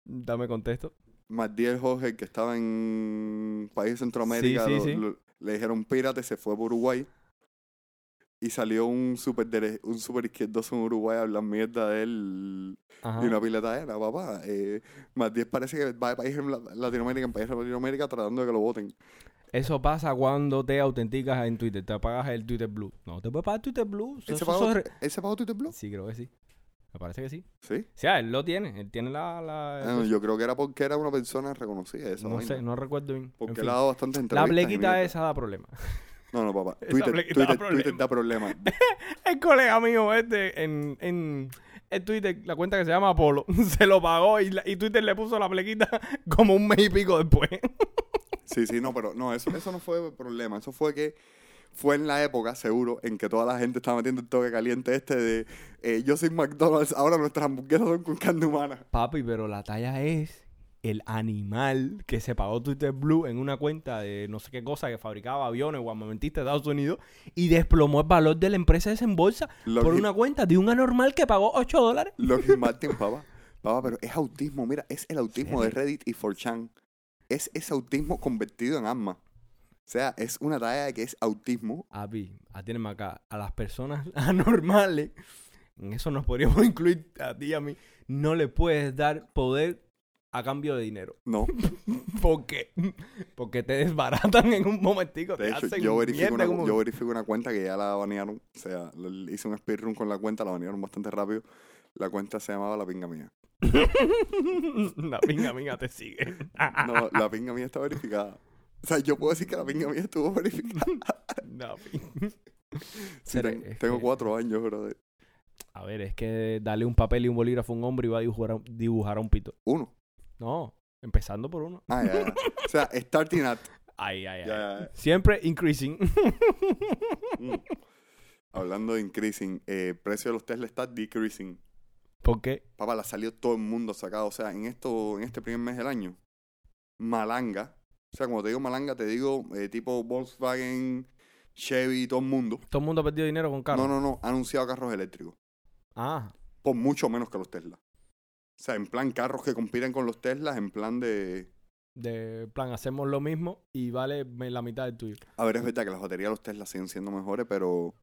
[SPEAKER 1] Dame contexto.
[SPEAKER 2] Mardiel Jorge, el que estaba en país de Centroamérica,
[SPEAKER 1] Sí, sí,
[SPEAKER 2] lo-
[SPEAKER 1] sí.
[SPEAKER 2] lo- le dijeron pírate, se fue por Uruguay. Y salió un super, dere- un super izquierdoso en Uruguay a hablar mierda de él
[SPEAKER 1] Ajá.
[SPEAKER 2] Y una piletadera, papá. Eh, Matías parece que va de país en la- Latinoamérica, en país de Latinoamérica, tratando de que lo voten.
[SPEAKER 1] Eso pasa cuando te autenticas en Twitter, te apagas el Twitter Blue. No, te puedes pagar Twitter Blue. Eso-
[SPEAKER 2] ¿Él se
[SPEAKER 1] eso-
[SPEAKER 2] pagó,
[SPEAKER 1] eso es re-
[SPEAKER 2] él se pagó Twitter Blue?
[SPEAKER 1] Sí, creo que sí. Me parece que sí.
[SPEAKER 2] Sí.
[SPEAKER 1] O sea, él lo tiene, él tiene la... la-
[SPEAKER 2] Ah, no, yo creo que era porque era una persona reconocida. Esa
[SPEAKER 1] no
[SPEAKER 2] vaina.
[SPEAKER 1] sé, no recuerdo bien.
[SPEAKER 2] Porque
[SPEAKER 1] En fin.
[SPEAKER 2] le ha dado bastantes
[SPEAKER 1] La
[SPEAKER 2] entrevistas. y
[SPEAKER 1] blequita
[SPEAKER 2] mierda.
[SPEAKER 1] esa da problemas.
[SPEAKER 2] No, no, papá.
[SPEAKER 1] Esa
[SPEAKER 2] Twitter,
[SPEAKER 1] blequita da
[SPEAKER 2] Twitter,
[SPEAKER 1] problema.
[SPEAKER 2] Twitter da problemas.
[SPEAKER 1] El colega mío este en, en, en Twitter, la cuenta que se llama Apolo, se lo pagó y, la- y Twitter le puso la plequita como un mes y pico después.
[SPEAKER 2] Sí, sí, no, pero no, eso, eso no fue problema. Eso fue que fue en la época, seguro, en que toda la gente estaba metiendo el toque caliente este de eh, yo soy McDonald's, ahora nuestras hamburguesas son con carne humana.
[SPEAKER 1] Papi, pero la talla es el animal que se pagó Twitter Blue en una cuenta de no sé qué cosa que fabricaba aviones o armamentistas de Estados Unidos y desplomó el valor de la empresa esa en bolsa
[SPEAKER 2] Lo
[SPEAKER 1] por
[SPEAKER 2] que-
[SPEAKER 1] una cuenta de un anormal que pagó 8 dólares.
[SPEAKER 2] Lockheed Martin, papá. Papá, pero es autismo, mira, es el autismo de Reddit y 4chan. Es ese autismo convertido en arma. O sea, es una tarea que es autismo.
[SPEAKER 1] Papi, atiéneme acá. A las personas anormales, en eso nos podríamos incluir a ti y a mí, no le puedes dar poder a cambio de dinero.
[SPEAKER 2] No,
[SPEAKER 1] ¿Por qué? Porque te desbaratan en un momentico.
[SPEAKER 2] de
[SPEAKER 1] te
[SPEAKER 2] hecho,
[SPEAKER 1] hacen
[SPEAKER 2] yo verifico,
[SPEAKER 1] mierda
[SPEAKER 2] una,
[SPEAKER 1] en un
[SPEAKER 2] yo verifico una cuenta que ya la banearon. O sea, le- hice un speedrun con la cuenta, la banearon bastante rápido. La cuenta se llamaba La Pinga Mía.
[SPEAKER 1] momento. La pinga, amiga, te sigue.
[SPEAKER 2] No, La Pinga Mía está verificada. O sea, yo puedo decir que La Pinga Mía estuvo verificada.
[SPEAKER 1] La pinga.
[SPEAKER 2] Sí,
[SPEAKER 1] Pero
[SPEAKER 2] ten-
[SPEAKER 1] es
[SPEAKER 2] tengo
[SPEAKER 1] que-
[SPEAKER 2] cuatro años, brother.
[SPEAKER 1] A ver, es que dale un papel y un bolígrafo a un hombre y va a dibujar a, dibujar a un pito.
[SPEAKER 2] Uno.
[SPEAKER 1] No, empezando por uno.
[SPEAKER 2] Ah, ya, ya. O sea, starting at.
[SPEAKER 1] Ay, ay, ay.
[SPEAKER 2] Ya, ya, ya.
[SPEAKER 1] Siempre increasing.
[SPEAKER 2] Mm. Hablando de increasing, eh, el precio de los Tesla está decreasing.
[SPEAKER 1] ¿Por qué?
[SPEAKER 2] Papá, la salió todo el mundo sacado. O sea, en esto, en este primer mes del año, Malanga. O sea, cuando te digo Malanga, te digo eh, tipo Volkswagen, Chevy, todo el mundo.
[SPEAKER 1] Todo el mundo ha perdido dinero con carros.
[SPEAKER 2] No, no, no. Ha anunciado carros eléctricos.
[SPEAKER 1] Ah,
[SPEAKER 2] Por mucho menos que los Tesla. O sea, en plan carros que compiten con los Teslas, en plan de...
[SPEAKER 1] de plan, hacemos lo mismo y vale me- la mitad del tuyo.
[SPEAKER 2] A ver, es verdad que las baterías de los Tesla siguen siendo mejores, pero...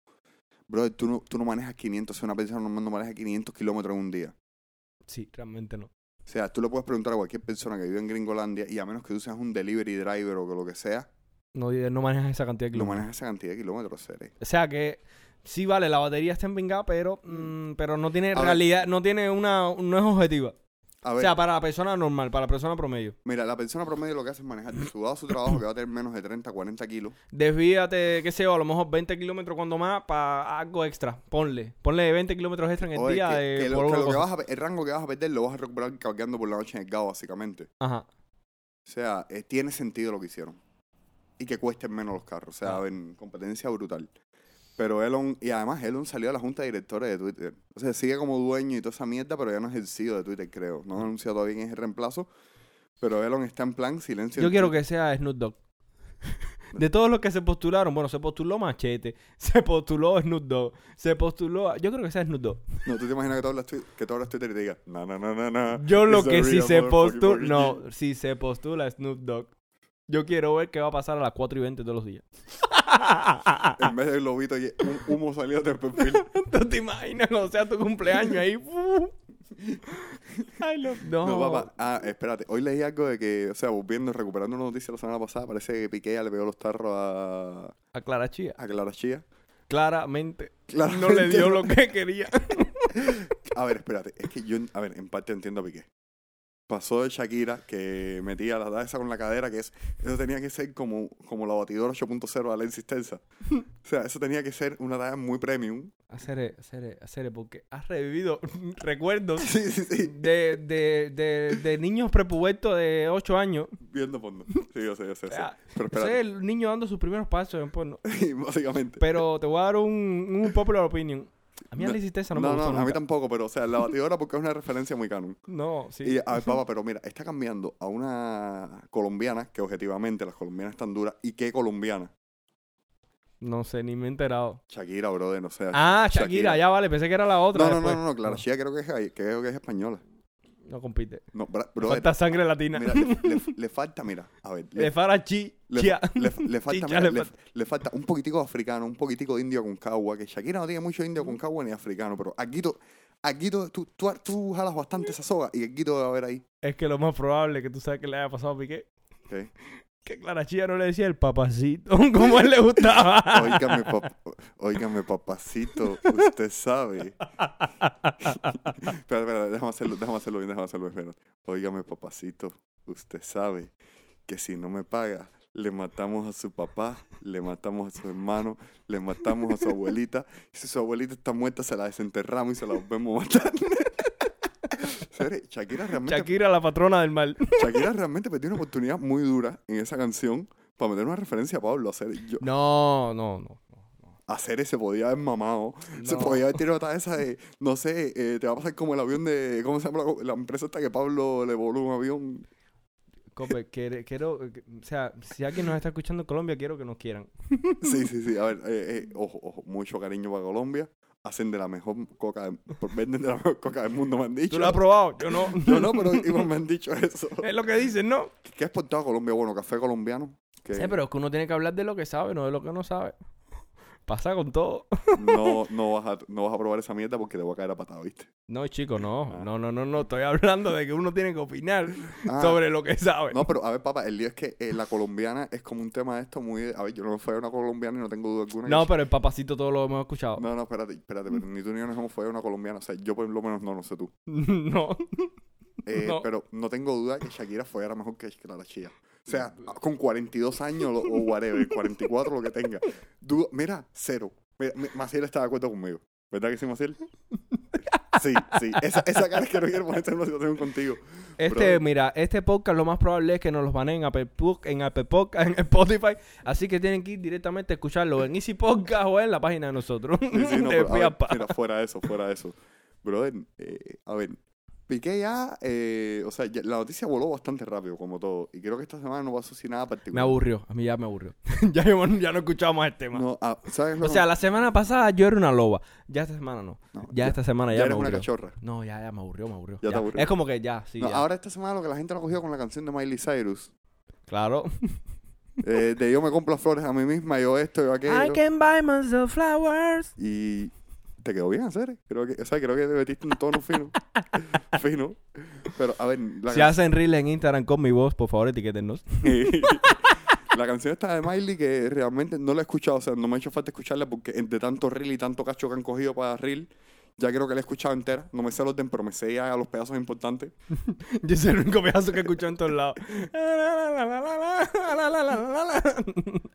[SPEAKER 2] Brother, tú no, tú no manejas 500, o sea, una persona no, no maneja 500 kilómetros en un día.
[SPEAKER 1] Sí, realmente no.
[SPEAKER 2] O sea, tú le puedes preguntar a cualquier persona que vive en Gringolandia y a menos que tú seas un delivery driver o que lo que sea,
[SPEAKER 1] No, eh, no manejas esa cantidad de
[SPEAKER 2] lo
[SPEAKER 1] kilómetros.
[SPEAKER 2] manejas esa cantidad de kilómetros, seres.
[SPEAKER 1] O sea que sí vale, la batería está en vingada, pero, mm, pero no tiene
[SPEAKER 2] A ver.
[SPEAKER 1] realidad, no tiene una, no es objetiva.
[SPEAKER 2] A
[SPEAKER 1] O
[SPEAKER 2] ver,
[SPEAKER 1] sea, para la persona normal, para la persona promedio.
[SPEAKER 2] mira, la persona promedio lo que hace es manejar sudado su trabajo que va a tener menos de 30, 40 kilos.
[SPEAKER 1] Desvíate, qué sé yo, a lo mejor 20 kilómetros cuando más para algo extra. Ponle. Ponle 20 kilómetros extra en el
[SPEAKER 2] Oye,
[SPEAKER 1] día
[SPEAKER 2] que-
[SPEAKER 1] de
[SPEAKER 2] que lo-
[SPEAKER 1] por
[SPEAKER 2] que
[SPEAKER 1] una
[SPEAKER 2] lo que
[SPEAKER 1] cosa.
[SPEAKER 2] vas a pe- el rango que vas a perder lo vas a recuperar cargando por la noche en el GAO, básicamente.
[SPEAKER 1] Ajá.
[SPEAKER 2] O sea, eh, tiene sentido lo que hicieron. Y que cuesten menos los carros. O sea,
[SPEAKER 1] Ah.
[SPEAKER 2] en competencia brutal. Pero Elon, y además Elon salió a la junta de directores de Twitter. O sea, sigue como dueño y toda esa mierda, pero ya no es el CEO de Twitter, creo. No ha anunciado todavía quién es el reemplazo. Pero Elon está en plan silencio.
[SPEAKER 1] Yo
[SPEAKER 2] en
[SPEAKER 1] quiero
[SPEAKER 2] Twitter.
[SPEAKER 1] que sea Snoop Dogg. De todos los que se postularon, bueno, se postuló Machete, se postuló Snoop Dogg, se postuló. Yo creo que sea Snoop Dogg.
[SPEAKER 2] No, tú te imaginas que tú hablas, twi- que tú hablas Twitter y te diga, no, no, no, no, no.
[SPEAKER 1] Yo lo
[SPEAKER 2] it's a
[SPEAKER 1] que si
[SPEAKER 2] real
[SPEAKER 1] se
[SPEAKER 2] motherfucking
[SPEAKER 1] postula.
[SPEAKER 2] monkey".
[SPEAKER 1] No, si se postula Snoop Dogg. Yo quiero ver qué va a pasar a las 4 y 20 todos los días. ah,
[SPEAKER 2] En vez del globito, y un humo salió del perfil.
[SPEAKER 1] ¿Tú te imaginas cuando sea tu cumpleaños ahí? I love Dogg.
[SPEAKER 2] No, papá. Ah, espérate. Hoy leí algo de que, o sea, volviendo, recuperando una noticia la semana pasada, parece que Piqué ya le pegó los tarros a,
[SPEAKER 1] A Clara Chía.
[SPEAKER 2] a Clara Chía.
[SPEAKER 1] Claramente.
[SPEAKER 2] Claramente
[SPEAKER 1] No le dio lo que quería.
[SPEAKER 2] A ver, espérate. Es que yo, en- a ver, en parte entiendo a Piqué. Pasó de Shakira, que metía la danza con la cadera, que es, eso tenía que ser como, como la batidora 8.0 de la insistencia. O sea, eso tenía que ser una talla muy premium.
[SPEAKER 1] Hacer, e, hacer, hacer, porque has revivido recuerdos
[SPEAKER 2] Sí, sí, sí.
[SPEAKER 1] de, de, de, de niños prepubertos de 8 años.
[SPEAKER 2] Viendo fondo. Sí, yo sé, yo sé. yo sé.
[SPEAKER 1] Ah,
[SPEAKER 2] Pero
[SPEAKER 1] Ese es
[SPEAKER 2] espérate.
[SPEAKER 1] el niño dando sus primeros pasos en porno.
[SPEAKER 2] Sí, básicamente.
[SPEAKER 1] Pero te voy a dar un, un popular opinion. A mí
[SPEAKER 2] No,
[SPEAKER 1] la insistencia no,
[SPEAKER 2] No,
[SPEAKER 1] me
[SPEAKER 2] no,
[SPEAKER 1] gustó
[SPEAKER 2] a mí
[SPEAKER 1] nunca.
[SPEAKER 2] tampoco, pero o sea, la batidora porque es una referencia muy canon.
[SPEAKER 1] No, sí.
[SPEAKER 2] Y, ah, a ver, papá, pero mira, está cambiando a una colombiana que objetivamente las colombianas están duras. ¿Y qué colombiana?
[SPEAKER 1] No sé, ni me he enterado.
[SPEAKER 2] Shakira, brother, no sé.
[SPEAKER 1] Ah, Shakira, ya vale. Pensé que era la otra pues.
[SPEAKER 2] No, no, no,
[SPEAKER 1] después.
[SPEAKER 2] no, no, Clara Chía creo que es, que creo que es española.
[SPEAKER 1] No compite.
[SPEAKER 2] No, bra-
[SPEAKER 1] Le
[SPEAKER 2] brother,
[SPEAKER 1] Falta sangre latina.
[SPEAKER 2] mira, le, le- le falta, mira, a ver,
[SPEAKER 1] Le
[SPEAKER 2] le,
[SPEAKER 1] fara chi,
[SPEAKER 2] le-
[SPEAKER 1] chia.
[SPEAKER 2] le- le falta,
[SPEAKER 1] Chicha,
[SPEAKER 2] mira,
[SPEAKER 1] le
[SPEAKER 2] le,
[SPEAKER 1] falta.
[SPEAKER 2] le falta un poquitico de africano, un poquitico de indio con cagua, que Shakira no tiene mucho indio con cagua ni africano, pero aquí, to- aquí to- tú, tú, tú jalas bastante esa soga y aquí todo va a haber ahí.
[SPEAKER 1] Es que lo más probable que tú sabes que le haya pasado a Piqué.
[SPEAKER 2] ¿ok?
[SPEAKER 1] Que Clara Chía no le decía el papacito como a él le gustaba.
[SPEAKER 2] Óigame, pap- óigame, papacito, usted sabe. espera, espera, déjame hacerlo, déjame hacerlo bien, déjame hacerlo bien. espera. Óigame, papacito, usted sabe que si no me paga, le matamos a su papá, le matamos a su hermano, le matamos a su abuelita. Y si su abuelita está muerta, se la desenterramos y se la volvemos a matar. Señores, Shakira realmente,
[SPEAKER 1] Shakira, la patrona del mal.
[SPEAKER 2] Shakira realmente perdió una oportunidad muy dura en esa canción para meter una referencia a Pablo. Hacer, yo,
[SPEAKER 1] No, no, no.
[SPEAKER 2] hacer se podía haber mamado. Se
[SPEAKER 1] No.
[SPEAKER 2] podía haber tirado otra esa de, no sé, eh, te va a pasar como el avión de, ¿cómo se llama la, la empresa esta que Pablo le voló un avión?
[SPEAKER 1] Cope, quiere- quiero, eh, que- o sea, si alguien nos está escuchando en Colombia, quiero que nos quieran.
[SPEAKER 2] Sí, sí, sí, a ver, eh, eh, ojo, ojo, mucho cariño para Colombia. Hacen de la mejor coca, del- venden de la mejor coca del mundo, me han dicho.
[SPEAKER 1] ¿Tú lo has probado? Yo no.
[SPEAKER 2] no, no, pero igual me han dicho eso.
[SPEAKER 1] es lo que dicen, ¿no?
[SPEAKER 2] ¿Qué ha exportado Colombia? Bueno, café colombiano. Que
[SPEAKER 1] Sí, pero es que uno tiene que hablar de lo que sabe, no de lo que no sabe. Pasa con todo.
[SPEAKER 2] no, no, vas a, no vas a probar esa mierda porque te voy a caer a patada, ¿viste?
[SPEAKER 1] No, chico, no. No, no, no, no. Estoy hablando de que uno tiene que opinar
[SPEAKER 2] Ah.
[SPEAKER 1] sobre lo que sabe.
[SPEAKER 2] No, pero a ver, papá, el lío es que eh, la colombiana es como un tema de esto muy... A ver, yo no fui a una colombiana y no tengo duda alguna. que
[SPEAKER 1] No, pero el papacito todo lo hemos escuchado.
[SPEAKER 2] No, no, espérate, espérate, pero ni tú ni yo nos hemos follado una colombiana. O sea, yo por lo menos no, no sé tú.
[SPEAKER 1] No.
[SPEAKER 2] Eh,
[SPEAKER 1] No.
[SPEAKER 2] Pero no tengo duda que Shakira follara mejor que Clara Chía. O sea, ah, con 42 años lo- o whatever, 44, lo que tenga. Du- mira, cero. Mira, mi- Maciel está de acuerdo conmigo. ¿Verdad que sí, Maciel? Sí, sí. Esa, esa cara es que no quiero ponerte en una situación contigo.
[SPEAKER 1] Este,
[SPEAKER 2] Brother.
[SPEAKER 1] mira, este podcast lo más probable es que nos los baneen en Apple, Pod- en Apple Podcast, en Spotify. Así que tienen que ir directamente a escucharlo en Easy Podcast o en la página de nosotros.
[SPEAKER 2] Sí, sí, no,
[SPEAKER 1] De
[SPEAKER 2] pero, a ver,
[SPEAKER 1] Fiapa.
[SPEAKER 2] mira, fuera de eso, fuera de eso. Brother, eh, a ver, Piqué ya, eh, o sea, ya- la noticia voló bastante rápido, como todo. Y creo que esta semana no pasó sin nada particular.
[SPEAKER 1] me aburrió. A mí ya me aburrió. ya, yo- ya no escuchaba más el tema.
[SPEAKER 2] No, ah, ¿sabes lo
[SPEAKER 1] O
[SPEAKER 2] que-
[SPEAKER 1] sea, la semana pasada yo era una loba. Ya esta semana no.
[SPEAKER 2] No,
[SPEAKER 1] Ya, esta semana
[SPEAKER 2] ya
[SPEAKER 1] ya, me
[SPEAKER 2] eres una
[SPEAKER 1] aburrió.
[SPEAKER 2] cachorra.
[SPEAKER 1] No, ya, ya me aburrió, me aburrió.
[SPEAKER 2] Ya te
[SPEAKER 1] Ya.
[SPEAKER 2] aburrió.
[SPEAKER 1] Es como que ya, sí.
[SPEAKER 2] No,
[SPEAKER 1] ya.
[SPEAKER 2] ahora esta semana lo que la gente lo ha cogido con la canción de Miley Cyrus.
[SPEAKER 1] Claro.
[SPEAKER 2] eh, de yo me compro flores a mí misma, yo esto, yo aquello.
[SPEAKER 1] I can buy myself flowers.
[SPEAKER 2] Y te quedó bien hacer. Creo que, o sea, creo que te metiste un tono fino. fino. Pero, a ver, la,
[SPEAKER 1] Si
[SPEAKER 2] can-
[SPEAKER 1] hacen reel en Instagram con mi voz, por favor, etiquétennos.
[SPEAKER 2] la canción esta de Miley que realmente no la he escuchado. O sea, no me ha hecho falta escucharla porque entre tanto reel y tanto cacho que han cogido para reel, Ya creo que la he escuchado entera. No me sé el orden, pero me sé ya los pedazos importantes.
[SPEAKER 1] Yo soy el único pedazo que escucho en todos lados.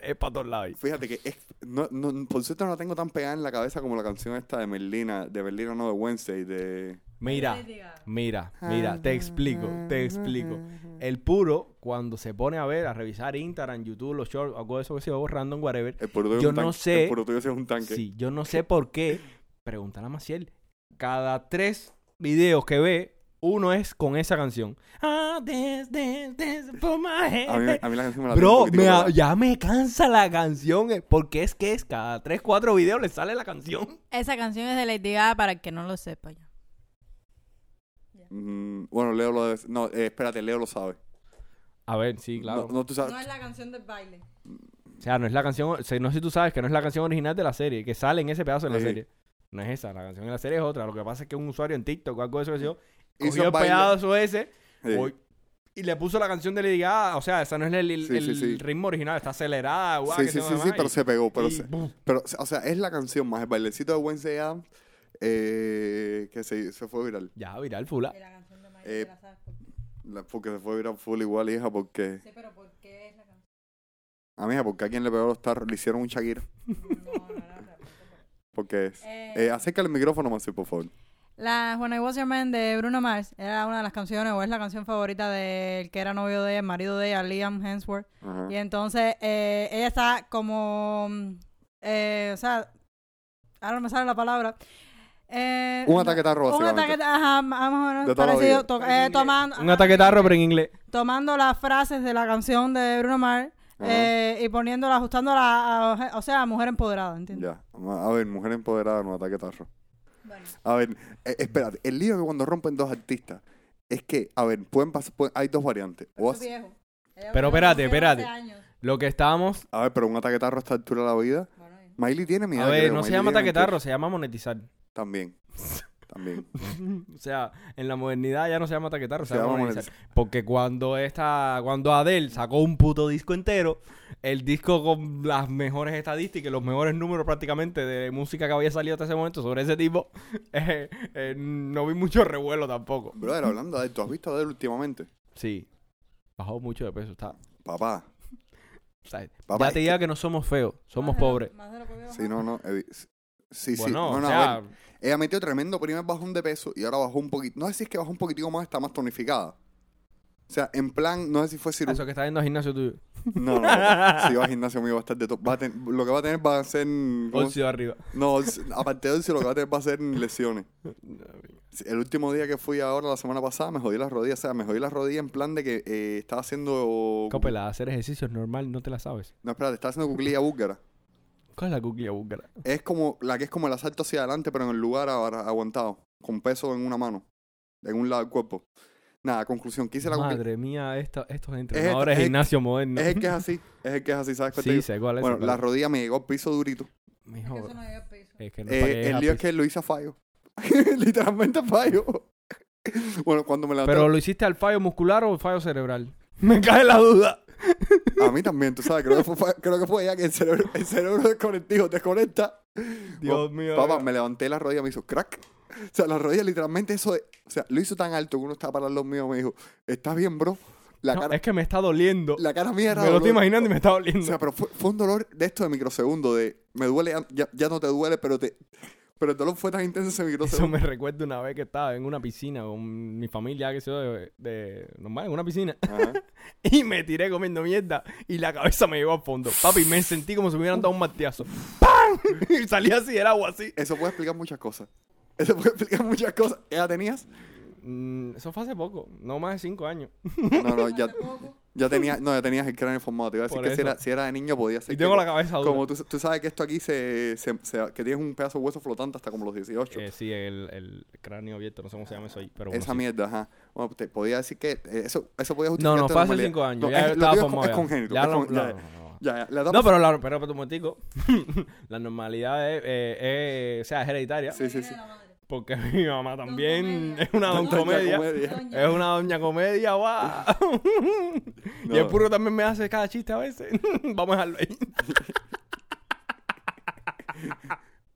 [SPEAKER 1] es para todos lados. ahí.
[SPEAKER 2] Fíjate que es- no- no- por cierto no la tengo tan pegada en la cabeza como la canción esta de Merlina, de Merlina no de Wednesday, de...
[SPEAKER 1] Mira, mira, mira, te explico, te explico. El puro, cuando se pone a ver, a revisar Instagram, YouTube, los shorts, algo de eso que se va borrando en whatever,
[SPEAKER 2] El puro tuyo es
[SPEAKER 1] Yo
[SPEAKER 2] un
[SPEAKER 1] no
[SPEAKER 2] tanque.
[SPEAKER 1] sé.
[SPEAKER 2] El puro tuyo sí es un tanque.
[SPEAKER 1] Sí, yo no sé por qué. Pregúntale a Maciel. Cada tres videos que ve, uno es con esa canción. Ah, dance, dance, dance for my head.
[SPEAKER 2] A mí, a mí la canción me la tengo un
[SPEAKER 1] Bro,
[SPEAKER 2] poquitico
[SPEAKER 1] me a-
[SPEAKER 2] pegada.
[SPEAKER 1] ya me cansa la canción. eh, Porque es que es cada tres, cuatro videos le sale la canción.
[SPEAKER 3] Esa canción es de Lady Gaga para el que no lo sepa ya.
[SPEAKER 2] Mm, bueno, Leo lo debe... No, eh, espérate, Leo lo sabe.
[SPEAKER 1] A ver, sí, claro.
[SPEAKER 2] No, no, tú sabes...
[SPEAKER 3] la canción del baile.
[SPEAKER 1] O sea, no es la canción. o sea, no sé si tú sabes que no es la canción original de la serie, que sale en ese pedazo de la
[SPEAKER 2] Sí.
[SPEAKER 1] serie. No es esa, la canción de la serie es otra. Lo que pasa es que un usuario en TikTok o algo de eso que yo,
[SPEAKER 2] Hizo
[SPEAKER 1] cogió el
[SPEAKER 2] baile.
[SPEAKER 1] pedazo ese
[SPEAKER 2] Sí.
[SPEAKER 1] Uy. Y le puso la canción de Lady Gaga, o sea, esa no es el, el-
[SPEAKER 2] Sí, sí,
[SPEAKER 1] el
[SPEAKER 2] sí.
[SPEAKER 1] ritmo original, está acelerada, guau.
[SPEAKER 2] sí,
[SPEAKER 1] que
[SPEAKER 2] sí,
[SPEAKER 1] se
[SPEAKER 2] sí,
[SPEAKER 1] llama
[SPEAKER 2] sí,
[SPEAKER 1] y-
[SPEAKER 2] pero se pegó. Pero,
[SPEAKER 1] y
[SPEAKER 2] se-
[SPEAKER 1] ¡buf!
[SPEAKER 2] pero, o sea, es la canción más el bailecito de Wednesday Adams eh, que se, se fue viral.
[SPEAKER 1] Ya, viral fula.
[SPEAKER 3] la canción de
[SPEAKER 2] Eh, te la La- porque se fue viral full igual, hija, porque...
[SPEAKER 3] Sí, pero ¿por qué es la canción?
[SPEAKER 2] A mí, Ah, porque a quien le pegó los tarros, le hicieron un Shakira.
[SPEAKER 3] No, no, no.
[SPEAKER 2] Porque es... Eh, acércale el micrófono, Marcel, por favor.
[SPEAKER 3] La When I Was Your Man de Bruno Mars era una de las canciones, o es la canción favorita del que era novio de ella, el marido de ella, Liam Hemsworth.
[SPEAKER 2] Ajá.
[SPEAKER 3] Y entonces eh, ella está como. mm, eh, o sea, ahora no me sale la palabra. Eh,
[SPEAKER 2] Un
[SPEAKER 3] no-
[SPEAKER 2] ataque tarro,
[SPEAKER 3] Un
[SPEAKER 2] básicamente.
[SPEAKER 3] ataque, ajá, más o menos
[SPEAKER 2] De toda la
[SPEAKER 3] parecido.
[SPEAKER 2] vida.
[SPEAKER 3] to-
[SPEAKER 1] En
[SPEAKER 3] eh,
[SPEAKER 1] inglés.
[SPEAKER 3] tomando,
[SPEAKER 1] Un ataque tarro, pero en inglés.
[SPEAKER 3] tomando las frases de la canción de Bruno Mars
[SPEAKER 2] Ajá.
[SPEAKER 3] eh, y poniéndola, ajustándola a, a- o sea, a mujer empoderada, ¿entiendes?
[SPEAKER 2] Ya. A ver, mujer empoderada, no ataque tarro. A ver, eh, espérate. El lío que cuando rompen dos artistas es que, a ver, pueden pasar... pueden- hay dos variantes. O hace-
[SPEAKER 1] Pero espérate, espérate. Lo que estábamos.
[SPEAKER 2] a ver, pero un ataque tarro a esta altura de la vida... Miley tiene mi
[SPEAKER 1] A
[SPEAKER 2] edad,
[SPEAKER 1] ver,
[SPEAKER 2] creo.
[SPEAKER 1] no se
[SPEAKER 2] Miley
[SPEAKER 1] llama
[SPEAKER 2] tiene
[SPEAKER 1] ataque
[SPEAKER 2] 28.
[SPEAKER 1] tarro, se llama monetizar.
[SPEAKER 2] También. También.
[SPEAKER 1] o sea, en la modernidad ya no se llama ataque tarro, se,
[SPEAKER 2] Se
[SPEAKER 1] llama
[SPEAKER 2] llama
[SPEAKER 1] monetizar. Porque cuando esta, cuando Adele sacó un puto disco entero, el disco con las mejores estadísticas, los mejores números prácticamente de música que había salido hasta ese momento sobre ese tipo, eh, eh, no vi mucho revuelo tampoco.
[SPEAKER 2] Brother, hablando de él, ¿tú has visto a él últimamente?
[SPEAKER 1] Sí, bajó mucho de peso. Está,
[SPEAKER 2] Papá.
[SPEAKER 1] está-
[SPEAKER 2] Papá,
[SPEAKER 1] ya te
[SPEAKER 2] es
[SPEAKER 1] diga que no somos feos, somos pobres.
[SPEAKER 2] Sí, no, no. evi- Sí, sí.
[SPEAKER 1] Bueno,
[SPEAKER 2] no, no,
[SPEAKER 1] o
[SPEAKER 2] a
[SPEAKER 1] sea,
[SPEAKER 2] ver, Ella metió tremendo primer bajón de peso y ahora bajó un poquito. No sé si es que bajó un poquitico más, está más tonificada. O sea, en plan, no sé si fue
[SPEAKER 1] eso
[SPEAKER 2] cirugía.
[SPEAKER 1] que está viendo al gimnasio tuyo,
[SPEAKER 2] No, no, no. Si va al gimnasio mío va a estar de todo. Lo que va a tener va a ser. ¿cómo se-
[SPEAKER 1] óxido arriba.
[SPEAKER 2] No, óxido- aparte de óxido, lo que va a tener va a ser lesiones. Sí, El último día que fui ahora, la semana pasada, me jodí las rodillas. O sea, me jodí las rodillas en plan de que eh, estaba haciendo.
[SPEAKER 1] Copela, hacer ejercicio es normal, no te la sabes.
[SPEAKER 2] No, espérate, estaba haciendo cuclilla búlgara.
[SPEAKER 1] ¿Cuál es la cuquilla búlgara?
[SPEAKER 2] Es como la que es como el asalto hacia adelante, pero en el lugar ahora aguantado, con peso en una mano, en un lado del cuerpo. Nada, conclusión, quise la cuclilla-
[SPEAKER 1] Madre mía, esta- estos entrenadores
[SPEAKER 2] es
[SPEAKER 1] de
[SPEAKER 2] el-
[SPEAKER 1] gimnasio moderno.
[SPEAKER 2] Es el que es así, es el que es así, ¿sabes qué te
[SPEAKER 1] Sí,
[SPEAKER 2] digo?
[SPEAKER 1] sé cuál es.
[SPEAKER 2] Bueno,
[SPEAKER 1] sé cuál
[SPEAKER 2] la
[SPEAKER 1] es.
[SPEAKER 2] rodilla me llegó al piso durito.
[SPEAKER 1] Mi joda. Es que no
[SPEAKER 2] Eh,
[SPEAKER 1] para que
[SPEAKER 2] el
[SPEAKER 1] es
[SPEAKER 2] lío es
[SPEAKER 1] lápiz.
[SPEAKER 2] que lo hice a fallo. Literalmente a fallo. bueno, cuando me levanté,
[SPEAKER 1] Pero lo hiciste al fallo muscular o fallo cerebral. Me cae la duda.
[SPEAKER 2] a mí también, tú sabes, creo que fue, fa- creo que fue ya que el cerebro, el cerebro desconectivo te conecta.
[SPEAKER 1] Dios mío.
[SPEAKER 2] Papá, me levanté la rodilla, me hizo crack. O sea, la rodilla literalmente eso de, o sea, lo hizo tan alto que uno estaba para los míos, me dijo, "¿Estás bien, bro?" La
[SPEAKER 1] No,
[SPEAKER 2] cara
[SPEAKER 1] es que me está doliendo.
[SPEAKER 2] La cara mía era
[SPEAKER 1] me lo estoy
[SPEAKER 2] dolor.
[SPEAKER 1] imaginando y me está doliendo.
[SPEAKER 2] O sea, pero fue, fue un dolor de esto de microsegundo, de me duele, ya, ya no te duele, pero te pero el dolor fue tan intenso ese
[SPEAKER 1] Eso
[SPEAKER 2] microsegundo.
[SPEAKER 1] me recuerda una vez que estaba en una piscina con mi familia, que yo de, de- normal, en una piscina.
[SPEAKER 2] Ajá.
[SPEAKER 1] Y me tiré comiendo mierda y la cabeza me llegó al fondo. Papi, me sentí como si me hubieran dado un martillazo. ¡Pam! Y salí así del agua así.
[SPEAKER 2] Eso puede explicar muchas cosas. Eso puede explicar muchas cosas. ¿Ya tenías?
[SPEAKER 1] Mm, eso fue hace poco, no más de cinco años.
[SPEAKER 2] No, no, ya, ya tenías, no, ya tenías el cráneo formado. Te iba a decir
[SPEAKER 1] Por
[SPEAKER 2] que si
[SPEAKER 1] eso.
[SPEAKER 2] era, si era de niño podía ser.
[SPEAKER 1] Y
[SPEAKER 2] que
[SPEAKER 1] tengo
[SPEAKER 2] co-
[SPEAKER 1] la cabeza dura.
[SPEAKER 2] Como tú, tú sabes que esto aquí se, se- se- que tienes un pedazo de hueso flotante hasta como los 18.
[SPEAKER 1] Eh, sí, el, el cráneo abierto, no sé cómo se llama eso ahí. Pero bueno,
[SPEAKER 2] Esa
[SPEAKER 1] sí.
[SPEAKER 2] mierda, ajá. Bueno, te podía decir que eh, eso, eso podía
[SPEAKER 1] No,
[SPEAKER 2] justificar
[SPEAKER 1] no,
[SPEAKER 2] tu
[SPEAKER 1] fue hace
[SPEAKER 2] normalidad.
[SPEAKER 1] cinco años.
[SPEAKER 2] No,
[SPEAKER 1] ya
[SPEAKER 2] es,
[SPEAKER 1] yo
[SPEAKER 2] lo
[SPEAKER 1] estaba
[SPEAKER 2] tuyo es con-
[SPEAKER 1] formado
[SPEAKER 2] es
[SPEAKER 1] ya.
[SPEAKER 2] congénito.
[SPEAKER 1] Ya
[SPEAKER 2] es
[SPEAKER 1] lo-
[SPEAKER 2] con-
[SPEAKER 1] no,
[SPEAKER 2] ya,
[SPEAKER 1] no, no.
[SPEAKER 2] ya, ya, la etapa
[SPEAKER 1] No, pero la, pero, pero un momentico. la normalidad es, eh, eh, o sea, es hereditaria.
[SPEAKER 2] Sí, sí, sí.
[SPEAKER 1] Porque mi mamá también
[SPEAKER 3] Comedia.
[SPEAKER 1] es una don
[SPEAKER 2] Doña
[SPEAKER 1] comedia.
[SPEAKER 2] Comedia.
[SPEAKER 1] Es una doña comedia, guau. Y el
[SPEAKER 2] No.
[SPEAKER 1] puro también me hace cada chiste a veces. Vamos a dejarlo ahí.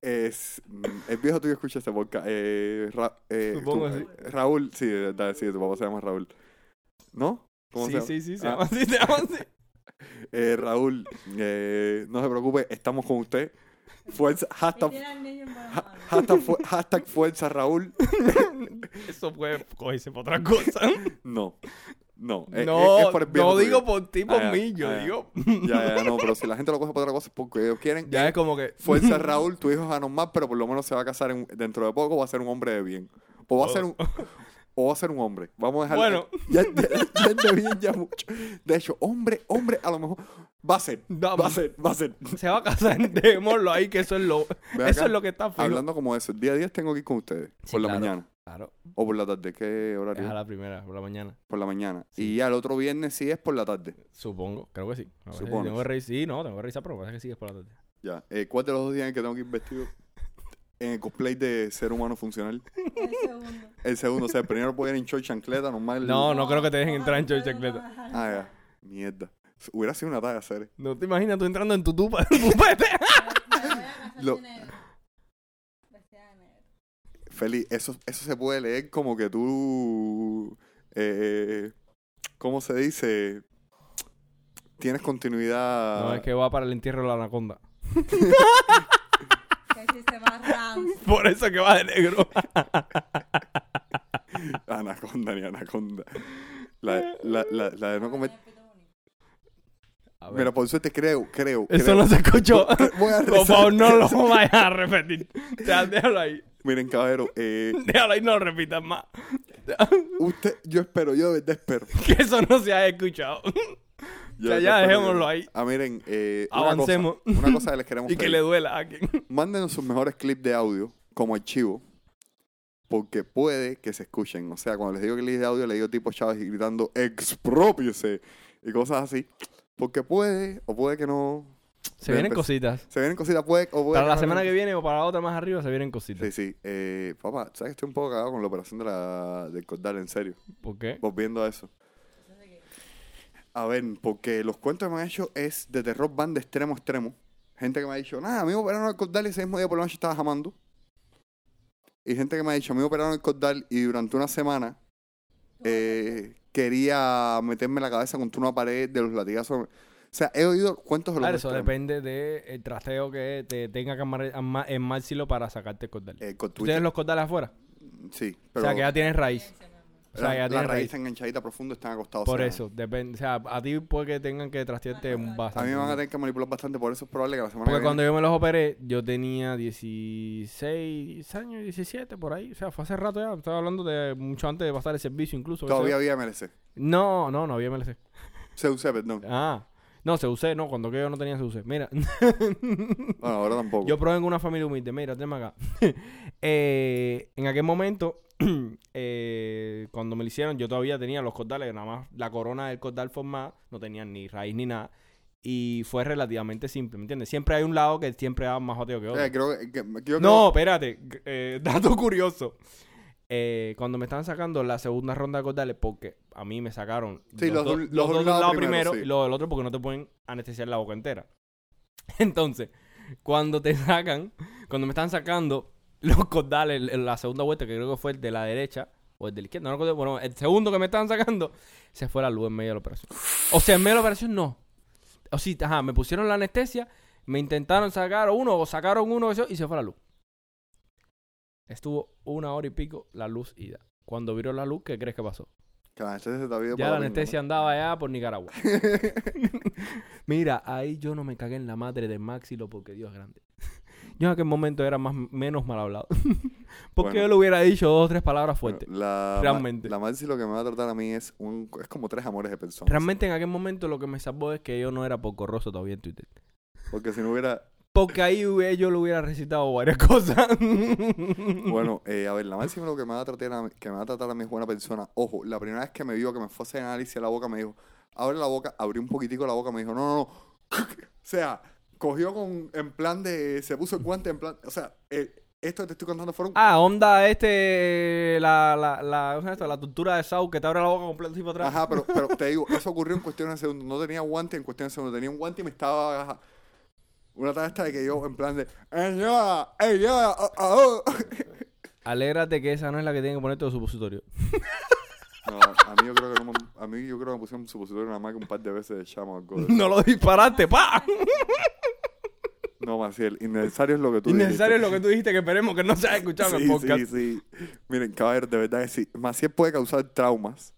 [SPEAKER 2] Es, mm, el viejo tuyo escucha este podcast. Eh, Ra- eh,
[SPEAKER 1] Supongo
[SPEAKER 2] ¿cómo-
[SPEAKER 1] sí.
[SPEAKER 2] Raúl, sí, de verdad, sí, tu papá se llama Raúl. ¿No? ¿Cómo se
[SPEAKER 1] Sí,
[SPEAKER 2] llama?
[SPEAKER 1] sí, sí, se
[SPEAKER 2] Ah.
[SPEAKER 1] llama así, se llama así.
[SPEAKER 2] Eh, Raúl, eh, no se preocupe, estamos con usted. Fuerza,
[SPEAKER 3] Y
[SPEAKER 2] hashtag,
[SPEAKER 3] tiene al niño en buena mano.
[SPEAKER 2] hashtag, fu- hashtag fuerza Raúl.
[SPEAKER 1] Eso puede cogerse por otra cosa.
[SPEAKER 2] No, no, es- es- Eh, es
[SPEAKER 1] no,
[SPEAKER 2] por el viejo
[SPEAKER 1] no
[SPEAKER 2] tuyo.
[SPEAKER 1] digo por ti, por
[SPEAKER 2] Ah, ya,
[SPEAKER 1] mí, yo
[SPEAKER 2] ah, ya.
[SPEAKER 1] digo.
[SPEAKER 2] Ya, ya, no, pero si la gente lo coge por otra cosa es porque ellos quieren.
[SPEAKER 1] Ya es como que.
[SPEAKER 2] Fuerza Raúl, tu hijo es anormal, pero por lo menos se va a casar en- dentro de poco, va a ser un hombre de bien. O va a ser un, o va a ser un hombre. Vamos a dejar.
[SPEAKER 1] Oh.
[SPEAKER 2] eh,
[SPEAKER 1] Bueno.
[SPEAKER 2] Ya, ya, ya es de bien ya mucho. De hecho, hombre, hombre, a lo mejor va a ser.
[SPEAKER 1] No,
[SPEAKER 2] va a ser, va a ser.
[SPEAKER 1] Se va a casar, dejémoslo ahí, que eso es lo,
[SPEAKER 2] Ve
[SPEAKER 1] eso
[SPEAKER 2] acá,
[SPEAKER 1] es lo que está fijo.
[SPEAKER 2] Hablando como de eso, el día a día tengo que ir con ustedes.
[SPEAKER 1] Sí,
[SPEAKER 2] por la
[SPEAKER 1] claro.
[SPEAKER 2] mañana.
[SPEAKER 1] Claro,
[SPEAKER 2] O por la tarde, ¿qué
[SPEAKER 1] es
[SPEAKER 2] horario?
[SPEAKER 1] a la primera, por la mañana.
[SPEAKER 2] Por la mañana.
[SPEAKER 1] Sí.
[SPEAKER 2] Y ya el otro viernes sí es por la tarde.
[SPEAKER 1] Supongo, creo que sí. A ver,
[SPEAKER 2] Supones.
[SPEAKER 1] Tengo que revisar, sí, no, tengo que revisar, pero parece que sí es por la tarde.
[SPEAKER 2] Ya. Eh, ¿Cuál de los dos días en el que tengo que ir vestido? En el cosplay de ser humano funcional.
[SPEAKER 3] El segundo.
[SPEAKER 2] El segundo, o sea, el primero puedo ir en short chancleta, normal.
[SPEAKER 1] No, no creo que te dejen entrar en
[SPEAKER 3] ojalá
[SPEAKER 1] short y
[SPEAKER 3] pueda
[SPEAKER 1] chancleta.
[SPEAKER 3] bajar.
[SPEAKER 2] Ah, ya. Mierda. Hubiera sido una talla, serie.
[SPEAKER 1] No te imaginas tú entrando en tu tupa, en tu pupete.
[SPEAKER 3] Me voy a casar
[SPEAKER 2] Lo-
[SPEAKER 3] de negro. Vestida de negro.
[SPEAKER 2] Feli, eso, eso se puede leer como que tú. eh, ¿Cómo se dice? Tienes continuidad.
[SPEAKER 1] No, es que va para el entierro de la anaconda.
[SPEAKER 3] Que existe más rounds.
[SPEAKER 1] Por eso que va de negro.
[SPEAKER 2] Anaconda ni anaconda. La, la, la, la de no comer.
[SPEAKER 1] A ver,
[SPEAKER 2] Mira, por suerte creo, creo.
[SPEAKER 1] eso
[SPEAKER 2] creo.
[SPEAKER 1] no se escuchó.
[SPEAKER 2] Voy a
[SPEAKER 1] Por
[SPEAKER 2] rezar.
[SPEAKER 1] favor, no lo vayas a repetir. O sea, déjalo ahí.
[SPEAKER 2] Miren, caballero, eh,
[SPEAKER 1] Déjalo ahí, no lo repitas más.
[SPEAKER 2] usted, yo espero, yo de verdad espero.
[SPEAKER 1] Que eso no se haya escuchado. Ya,
[SPEAKER 2] Yo de verdad
[SPEAKER 1] ya,
[SPEAKER 2] espero que-
[SPEAKER 1] dejémoslo ahí.
[SPEAKER 2] Ah, miren, eh, una
[SPEAKER 1] Avancemos.
[SPEAKER 2] cosa- Una cosa, que les queremos
[SPEAKER 1] Y que
[SPEAKER 2] pedir.
[SPEAKER 1] le duela a quien.
[SPEAKER 2] Mándenos sus mejores clips de audio como archivo, porque puede que se escuchen. O sea, cuando les digo clips de audio, le digo tipo Chávez y gritando expropiese y cosas así. Porque puede, o puede que no.
[SPEAKER 1] Se vienen
[SPEAKER 2] Empecé.
[SPEAKER 1] cositas.
[SPEAKER 2] Se vienen cositas, puede, o puede
[SPEAKER 1] Para la
[SPEAKER 2] no.
[SPEAKER 1] semana que viene o para la otra más arriba se vienen cositas.
[SPEAKER 2] Sí, sí. Eh, papá, ¿sabes que estoy un poco cagado con la operación de la, del cordal? En serio.
[SPEAKER 1] ¿Por qué?
[SPEAKER 2] Volviendo a eso. A ver, porque los cuentos que me han hecho es de terror van de extremo a extremo. Gente que me ha dicho, nada, a mí me operaron el cordal y ese mismo día por la noche estaba jamando. Y gente que me ha dicho, a mí me operaron el cordal y durante una semana eh, quería meterme la cabeza contra una pared de los latigazos. O sea, he oído cuentos de los
[SPEAKER 1] Claro,
[SPEAKER 2] dos
[SPEAKER 1] Ah, eso
[SPEAKER 2] extremos.
[SPEAKER 1] depende del trasteo que te tenga que amar, ama- enmárcilo para sacarte el cordal.
[SPEAKER 2] Eh, con
[SPEAKER 1] ¿Tú
[SPEAKER 2] Twitter,
[SPEAKER 1] tienes los cordales afuera?
[SPEAKER 2] Sí,
[SPEAKER 1] O
[SPEAKER 2] pero
[SPEAKER 1] sea, que ya tienes raíz. O sea,
[SPEAKER 2] la,
[SPEAKER 1] que ya
[SPEAKER 2] la
[SPEAKER 1] tienes
[SPEAKER 2] raíz
[SPEAKER 1] raíz.
[SPEAKER 2] está enganchadita profundo, están acostados. o
[SPEAKER 1] Por
[SPEAKER 2] sea,
[SPEAKER 1] eso, depende. O sea, a ti puede que tengan que trastearte
[SPEAKER 2] A
[SPEAKER 1] bastante.
[SPEAKER 2] mí me van a tener que manipular bastante, por eso es probable que la semana
[SPEAKER 1] Porque
[SPEAKER 2] que
[SPEAKER 1] cuando
[SPEAKER 2] viene...
[SPEAKER 1] yo me los operé, yo tenía 16 años, 17, por ahí. O sea, fue hace rato ya. Estaba hablando de mucho antes de pasar el servicio, incluso.
[SPEAKER 2] Todavía había MLC.
[SPEAKER 1] No, no, no había MLC.
[SPEAKER 2] CUC, perdón.
[SPEAKER 1] Ah, no, se usé, no, cuando que yo no tenía se usé. Mira,
[SPEAKER 2] Bueno, ahora tampoco.
[SPEAKER 1] yo provengo de una familia humilde. Mira, tema acá. Eh, en aquel momento, eh, cuando me lo hicieron, yo todavía tenía los cordales, nada más la corona del cordal formada, no tenía ni raíz ni nada. Y fue relativamente simple, ¿me entiendes? Siempre hay un lado que siempre da más joteo que otro.
[SPEAKER 2] Eh, creo que- que- que yo
[SPEAKER 1] No, espérate. g- eh, dato curioso. Eh, cuando me estaban sacando la segunda ronda de cordales, porque a mí me sacaron
[SPEAKER 2] Sí, los
[SPEAKER 1] dos-
[SPEAKER 2] de un- los de
[SPEAKER 1] dos
[SPEAKER 2] un
[SPEAKER 1] de
[SPEAKER 2] lado primero, sí.
[SPEAKER 1] y los del otro porque no te pueden anestesiar la boca entera. Entonces, cuando te sacan, cuando me están sacando los cordales, el- la segunda vuelta que creo que fue el de la derecha o el de la izquierda, no recuerdo, bueno, el segundo que me estaban sacando, se fue la luz en medio de la operación. O sea, en medio de la operación no. O sí, ajá, me pusieron la anestesia, me intentaron sacar uno o sacaron uno eso, y se fue la luz. Estuvo una hora y pico la luz ida. Cuando viró la luz, ¿qué crees que pasó?
[SPEAKER 2] Que la anestesia te había
[SPEAKER 1] Ya
[SPEAKER 2] para
[SPEAKER 1] la
[SPEAKER 2] domingo,
[SPEAKER 1] anestesia andaba allá por Nicaragua. Mira, ahí yo no me cagué en la madre de Maxilo porque Dios es grande. Yo en aquel momento era más menos mal hablado. porque
[SPEAKER 2] Bueno.
[SPEAKER 1] yo le hubiera dicho dos o tres palabras
[SPEAKER 2] ¿no? Bueno,
[SPEAKER 1] fuertes.
[SPEAKER 2] La,
[SPEAKER 1] Realmente.
[SPEAKER 2] La Marcy lo que me va a tratar a mí es un es como tres amores de personas.
[SPEAKER 1] Realmente en aquel momento lo que me salvó es que yo no era pocorroso todavía en Twitter.
[SPEAKER 2] Porque si no hubiera.
[SPEAKER 1] Porque ahí hubie- yo le hubiera recitado varias cosas.
[SPEAKER 2] Bueno, eh, a ver, la Marcy lo que me va a tratar a mí, que me va a tratar a mí es buena persona. Ojo, la primera vez que me vio que me fue a hacer análisis a la boca me dijo, abre la boca, abrí un poquitico la boca, me dijo, no, no, no. O sea, cogió con en plan de. se puso el guante en plan. O sea, el- esto que te estoy contando fueron
[SPEAKER 1] Ah, onda este... La, la, la, ¿cómo se llama esto? la tortura de Sau que te abre la boca completo y para atrás.
[SPEAKER 2] Ajá, pero, pero te digo, eso ocurrió en cuestión de segundos. No tenía guante en cuestión de segundos. Tenía un guante y me estaba. Una tarde esta de que yo, en plan de. ¡Ey, ya! ¡Ey, ya! oh, oh, oh".
[SPEAKER 1] Alégrate que esa no es la que tienen que ponerte el supositorio.
[SPEAKER 2] No, a mí yo creo que no me- a mí yo creo que me pusieron un supositorio nada más que un par de veces de chamo o algo de eso.
[SPEAKER 1] No lo disparaste, pa.
[SPEAKER 2] No, Maciel, innecesario es lo que tú
[SPEAKER 1] Innecesario es
[SPEAKER 2] dijiste.
[SPEAKER 1] lo que tú dijiste, que esperemos que no se haya escuchado en el
[SPEAKER 2] Sí,
[SPEAKER 1] podcast.
[SPEAKER 2] Sí, sí. Miren, caballeros, de verdad que sí. Maciel puede causar traumas,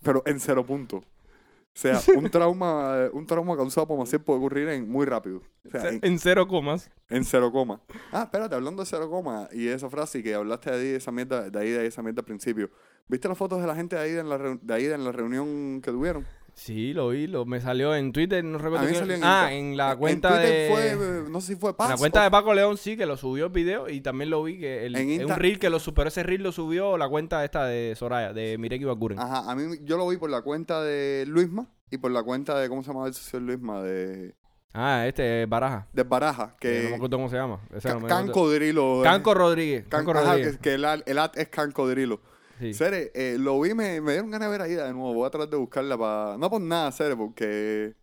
[SPEAKER 2] pero en cero punto. O sea, un trauma, un trauma causado por Maciel puede ocurrir en muy rápido. O sea,
[SPEAKER 1] Ce-
[SPEAKER 2] en,
[SPEAKER 1] En cero comas.
[SPEAKER 2] en cero coma. Ah, espérate, hablando de cero coma y de esa frase que hablaste de ahí de esa mierda, de ahí de esa mierda al principio. ¿Viste las fotos de la gente de ahí en la, reu- de ahí en la reunión que tuvieron?
[SPEAKER 1] Sí, lo vi, lo, me salió en Twitter, no
[SPEAKER 2] A
[SPEAKER 1] recuerdo.
[SPEAKER 2] mí me
[SPEAKER 1] quién-
[SPEAKER 2] salió en
[SPEAKER 1] ah,
[SPEAKER 2] Insta-
[SPEAKER 1] en la cuenta
[SPEAKER 2] Twitter
[SPEAKER 1] de.
[SPEAKER 2] fue, eh, no sé si fue Paz.
[SPEAKER 1] En la
[SPEAKER 2] o-
[SPEAKER 1] cuenta de Paco León sí que lo subió el video y también lo vi que el,
[SPEAKER 2] En
[SPEAKER 1] es un
[SPEAKER 2] Insta-
[SPEAKER 1] reel que lo superó ese reel lo subió la cuenta esta de Soraya, de Mireki Bakuren.
[SPEAKER 2] Ajá, a mí yo lo vi por la cuenta de Luisma y por la cuenta de, ¿cómo se llamaba el socio de Luisma? De,
[SPEAKER 1] Ah, este Baraja.
[SPEAKER 2] de Baraja,
[SPEAKER 1] que Eh, no me
[SPEAKER 2] que...
[SPEAKER 1] acuerdo cómo se llama. Ese no
[SPEAKER 2] Ca-
[SPEAKER 1] me-
[SPEAKER 2] Cancodrilo. eh.
[SPEAKER 1] Canco Rodríguez.
[SPEAKER 2] Can-
[SPEAKER 1] Canco
[SPEAKER 2] ajá,
[SPEAKER 1] Rodríguez.
[SPEAKER 2] que, que el, al- el at es Cancodrilo.
[SPEAKER 1] sí.
[SPEAKER 2] Sere, eh, lo vi, me, me dieron ganas de ver ahí de nuevo. Voy a tratar de buscarla para... No por nada, Sere, porque...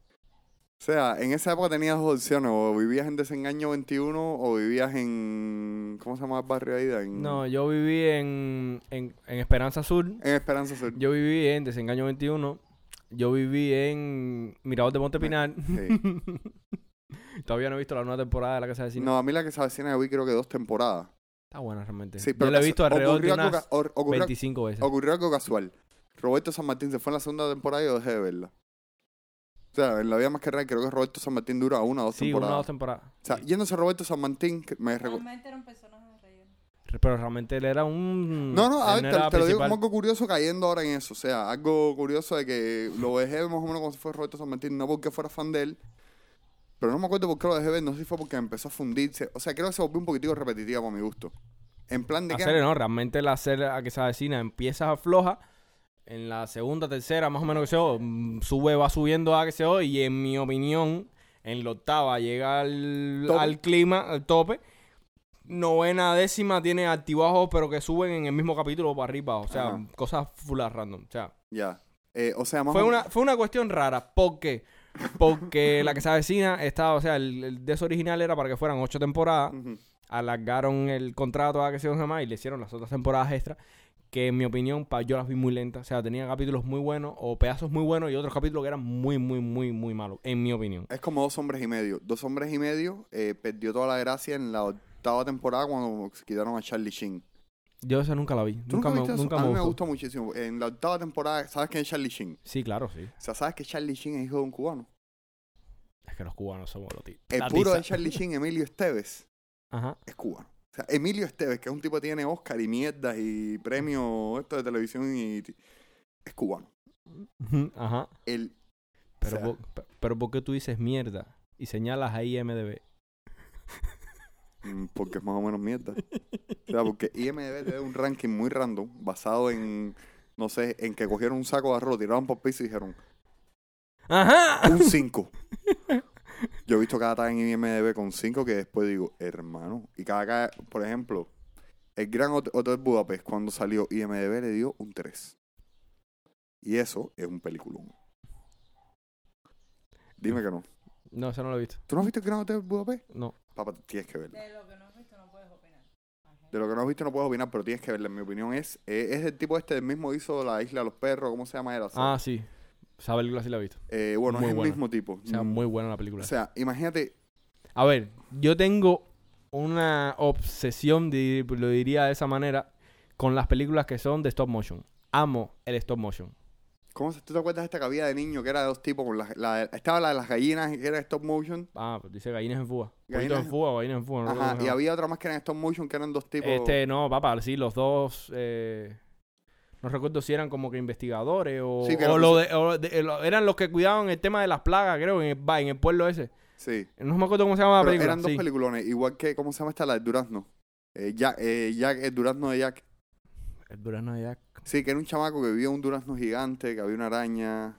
[SPEAKER 2] O sea, en esa época tenías dos opciones. O vivías en Desengaño 21 o vivías en... ¿Cómo se llama el barrio ahí? de- En,
[SPEAKER 1] No, yo viví en, en, en Esperanza Sur.
[SPEAKER 2] en Esperanza Sur.
[SPEAKER 1] Yo viví en Desengaño 21. Yo viví en Mirador de Montepinar.
[SPEAKER 2] Sí.
[SPEAKER 1] Todavía no he visto la nueva temporada de la Casa de Cine.
[SPEAKER 2] No, a mí la que se avecina yo vi creo que dos temporadas.
[SPEAKER 1] Está buena realmente.
[SPEAKER 2] Sí,
[SPEAKER 1] Yo
[SPEAKER 2] pero
[SPEAKER 1] la he
[SPEAKER 2] cas-
[SPEAKER 1] visto alrededor de
[SPEAKER 2] ocurrió algo
[SPEAKER 1] unas
[SPEAKER 2] ca- or- ocurrió-
[SPEAKER 1] 25 veces.
[SPEAKER 2] ocurrió algo casual. Roberto San Martín se fue en la segunda temporada y yo dejé de verla. O sea, en la vida más que real, creo que Roberto San Martín dura una o dos
[SPEAKER 1] Sí, una o
[SPEAKER 2] temporadas.
[SPEAKER 1] dos temporadas.
[SPEAKER 2] O sea, yéndose a Roberto San Martín, que me reco-
[SPEAKER 3] Realmente era un personaje de relleno.
[SPEAKER 1] Pero realmente él era un...
[SPEAKER 2] No, no, a
[SPEAKER 1] Mm. él
[SPEAKER 2] ver, te,
[SPEAKER 1] era
[SPEAKER 2] te lo digo
[SPEAKER 1] principal.
[SPEAKER 2] como algo curioso cayendo ahora en eso. O sea, algo curioso de que lo dejé más o menos como si fue Roberto San Martín, no porque fuera fan de él. Pero no me acuerdo por qué lo dejé ver, no sé si fue porque empezó a fundirse. O sea, creo que se volvió un poquitico repetitiva para mi gusto. En plan de
[SPEAKER 1] La
[SPEAKER 2] que...
[SPEAKER 1] serie no, realmente la serie a que se avecina empieza floja. En la segunda, tercera, más o menos que se sube, va subiendo a que se y en mi opinión, en la octava llega al,
[SPEAKER 2] Tope.
[SPEAKER 1] al clima, al tope. Novena, décima tiene altibajos, pero que suben en el mismo capítulo para arriba. O sea,
[SPEAKER 2] Ajá.
[SPEAKER 1] cosas full a random. O sea,
[SPEAKER 2] Ya. Eh, o sea, más
[SPEAKER 1] fue
[SPEAKER 2] o
[SPEAKER 1] una, fue una cuestión rara. ¿Por qué? Porque la que se avecina estaba, o sea, el, el de eso original era para que fueran ocho temporadas
[SPEAKER 2] Ujú.
[SPEAKER 1] alargaron el contrato a que se llama y le hicieron las otras temporadas extra que en mi opinión pa, yo las vi muy lentas o sea tenía capítulos muy buenos o pedazos muy buenos y otros capítulos que eran muy muy muy muy malos en mi opinión
[SPEAKER 2] Es como dos hombres y medio. Dos hombres y medio eh, perdió toda la gracia en la octava temporada cuando se quitaron a Charlie Sheen.
[SPEAKER 1] yo esa nunca la vi
[SPEAKER 2] ¿Tú
[SPEAKER 1] nunca,
[SPEAKER 2] viste
[SPEAKER 1] me,
[SPEAKER 2] eso?
[SPEAKER 1] nunca
[SPEAKER 2] a
[SPEAKER 1] me
[SPEAKER 2] mí
[SPEAKER 1] gustó.
[SPEAKER 2] me gustó muchísimo. En la octava temporada, ¿sabes quién es Charlie Sheen?
[SPEAKER 1] sí claro sí
[SPEAKER 2] O sea, ¿sabes que Charlie Sheen es hijo de un cubano?
[SPEAKER 1] es que los cubanos somos los tíos
[SPEAKER 2] El puro de Charlie Sheen, Emilio Esteves,
[SPEAKER 1] ajá
[SPEAKER 2] es cubano. O sea, Emilio Esteves, que es un tipo que tiene Oscar y mierdas y premios esto de televisión y... t- Es cubano.
[SPEAKER 1] Ujú, ajá
[SPEAKER 2] El...
[SPEAKER 1] pero,
[SPEAKER 2] O sea.
[SPEAKER 1] por- pe- pero por qué tú dices mierda y señalas ahí IMDb
[SPEAKER 2] mm, Porque es más o menos mierda. O sea, porque IMDB te da un ranking muy random basado en, no sé, en que cogieron un saco de arroz, lo tiraron por piso y dijeron,
[SPEAKER 1] ajá
[SPEAKER 2] un 5. Yo he visto cada tag en IMDB con 5 que después digo, hermano. Y cada tag, por ejemplo, el Gran Hot- Hotel Budapest, cuando salió IMDB, le dio un 3. Y eso es un peliculón. Dime que no.
[SPEAKER 1] no eso no lo he visto
[SPEAKER 2] ¿Tú no has visto el Gran Hotel Budapest?
[SPEAKER 1] no
[SPEAKER 2] Papá, tienes que verlo.
[SPEAKER 3] De lo que no has visto no puedes opinar.
[SPEAKER 2] De lo que no has visto no puedes opinar, pero tienes que verlo. En mi opinión es, eh, es el tipo este, el mismo hizo La Isla de los Perros, ¿cómo se llama? Era,
[SPEAKER 1] ah sí esa película sí la he visto
[SPEAKER 2] Eh, bueno,
[SPEAKER 1] muy
[SPEAKER 2] es el
[SPEAKER 1] buena.
[SPEAKER 2] mismo tipo.
[SPEAKER 1] o sea
[SPEAKER 2] Mm.
[SPEAKER 1] muy buena la película
[SPEAKER 2] o sea, imagínate,
[SPEAKER 1] A ver, yo tengo una obsesión, di- lo diría de esa manera, con las películas que son de stop motion. Amo el stop motion.
[SPEAKER 2] ¿Cómo se, ¿Tú te acuerdas de esta que había de niño que era de dos tipos? Con las- la, estaba la de las gallinas que era stop motion.
[SPEAKER 1] Ah, pues dice gallinas en fuga. Gallinas
[SPEAKER 2] Gallinas
[SPEAKER 1] en
[SPEAKER 2] en-
[SPEAKER 1] fuga o gallinas en fuga. No
[SPEAKER 2] Ajá,
[SPEAKER 1] recuerdo
[SPEAKER 2] y
[SPEAKER 1] cómo
[SPEAKER 2] había otra más que era stop motion que eran dos
[SPEAKER 1] se
[SPEAKER 2] tipos.
[SPEAKER 1] llama. Este, no, papá, sí, los dos... eh, no recuerdo si eran como que investigadores o,
[SPEAKER 2] Sí, que
[SPEAKER 1] o
[SPEAKER 2] eran
[SPEAKER 1] lo de- o de- eh, lo- eran los que cuidaban el tema de las plagas, creo, en el, ba- en el pueblo ese.
[SPEAKER 2] sí.
[SPEAKER 1] No me acuerdo cómo se llama la
[SPEAKER 2] Pero
[SPEAKER 1] película.
[SPEAKER 2] eran dos
[SPEAKER 1] sí.
[SPEAKER 2] peliculones, igual que, ¿cómo se llama esta? La de Durazno. Eh, Jack, eh, Jack, el Durazno de Jack.
[SPEAKER 1] El Durazno de Jack.
[SPEAKER 2] Sí, que era un chamaco que vivía un Durazno gigante, que había una araña.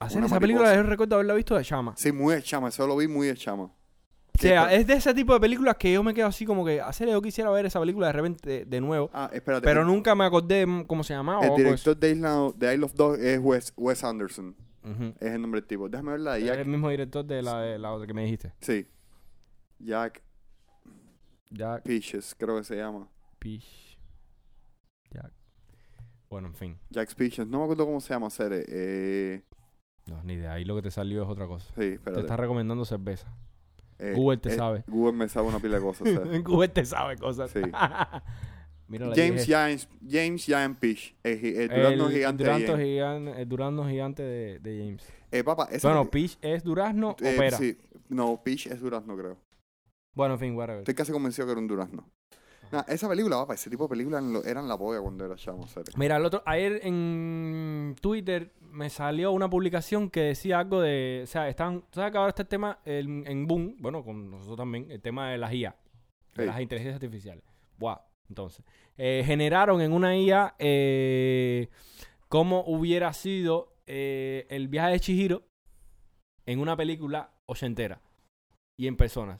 [SPEAKER 1] Hacer
[SPEAKER 2] Una
[SPEAKER 1] esa película,
[SPEAKER 2] mariposa.
[SPEAKER 1] yo recuerdo haberla visto de Chama.
[SPEAKER 2] Sí, muy de chama, eso lo vi muy de chama.
[SPEAKER 1] O sea, es de ese tipo de películas que yo me quedo así como que, a serio, yo quisiera ver esa película de repente de, de nuevo,
[SPEAKER 2] Ah, espérate.
[SPEAKER 1] pero pues.
[SPEAKER 2] el,
[SPEAKER 1] nunca me acordé mm, cómo se llamaba. o
[SPEAKER 2] El
[SPEAKER 1] algo
[SPEAKER 2] director de, Isla, de Isle of Dogs es Wes, Wes Anderson.
[SPEAKER 1] de eso. Ujú.
[SPEAKER 2] Es el nombre del tipo. Déjame ver la de
[SPEAKER 1] Es
[SPEAKER 2] Jack.
[SPEAKER 1] el mismo director de la, de la otra que me dijiste.
[SPEAKER 2] Sí. Jack
[SPEAKER 1] Jack
[SPEAKER 2] Peaches, creo que se llama.
[SPEAKER 1] Pish. Jack. Bueno, en fin.
[SPEAKER 2] Jack Peaches, no me acuerdo cómo se llama, Cere. Eh,
[SPEAKER 1] No, ni idea. Ahí lo que te salió es otra cosa.
[SPEAKER 2] sí,
[SPEAKER 1] Te
[SPEAKER 2] espérate.
[SPEAKER 1] está recomendando cerveza.
[SPEAKER 2] Eh,
[SPEAKER 1] Google te
[SPEAKER 2] eh,
[SPEAKER 1] sabe.
[SPEAKER 2] Google me sabe una pila de cosas, Cere.
[SPEAKER 1] Google te sabe cosas.
[SPEAKER 2] Sí.
[SPEAKER 1] Mira la
[SPEAKER 2] James
[SPEAKER 1] dije.
[SPEAKER 2] James, James Giant Peach. El, gi- el
[SPEAKER 1] El
[SPEAKER 2] durazno gigante. de
[SPEAKER 1] Durazno
[SPEAKER 2] James.
[SPEAKER 1] gigante, el durazno gigante de, de James.
[SPEAKER 2] Eh, papá, esa
[SPEAKER 1] Bueno, Peach es durazno o
[SPEAKER 2] eh,
[SPEAKER 1] pera.
[SPEAKER 2] sí. No, Peach es durazno, creo.
[SPEAKER 1] Bueno, en fin, whatever.
[SPEAKER 2] Estoy casi convencido que era un durazno.
[SPEAKER 1] Ah.
[SPEAKER 2] Nah, esa película, papá, ese tipo de películas eran lo- eran la polla cuando era chamo, Cere.
[SPEAKER 1] Mira, el otro, ayer en Twitter me salió una publicación que decía algo de. O sea, están. ¿Tú sabes que ahora está el tema el- en Boom? Bueno, con nosotros también, el tema de las IA, de
[SPEAKER 2] Sí.
[SPEAKER 1] las inteligencias artificiales. Buah, entonces. eh, generaron en una IA eh, cómo hubiera sido eh, el viaje de Chihiro en una película ochentera y en personas.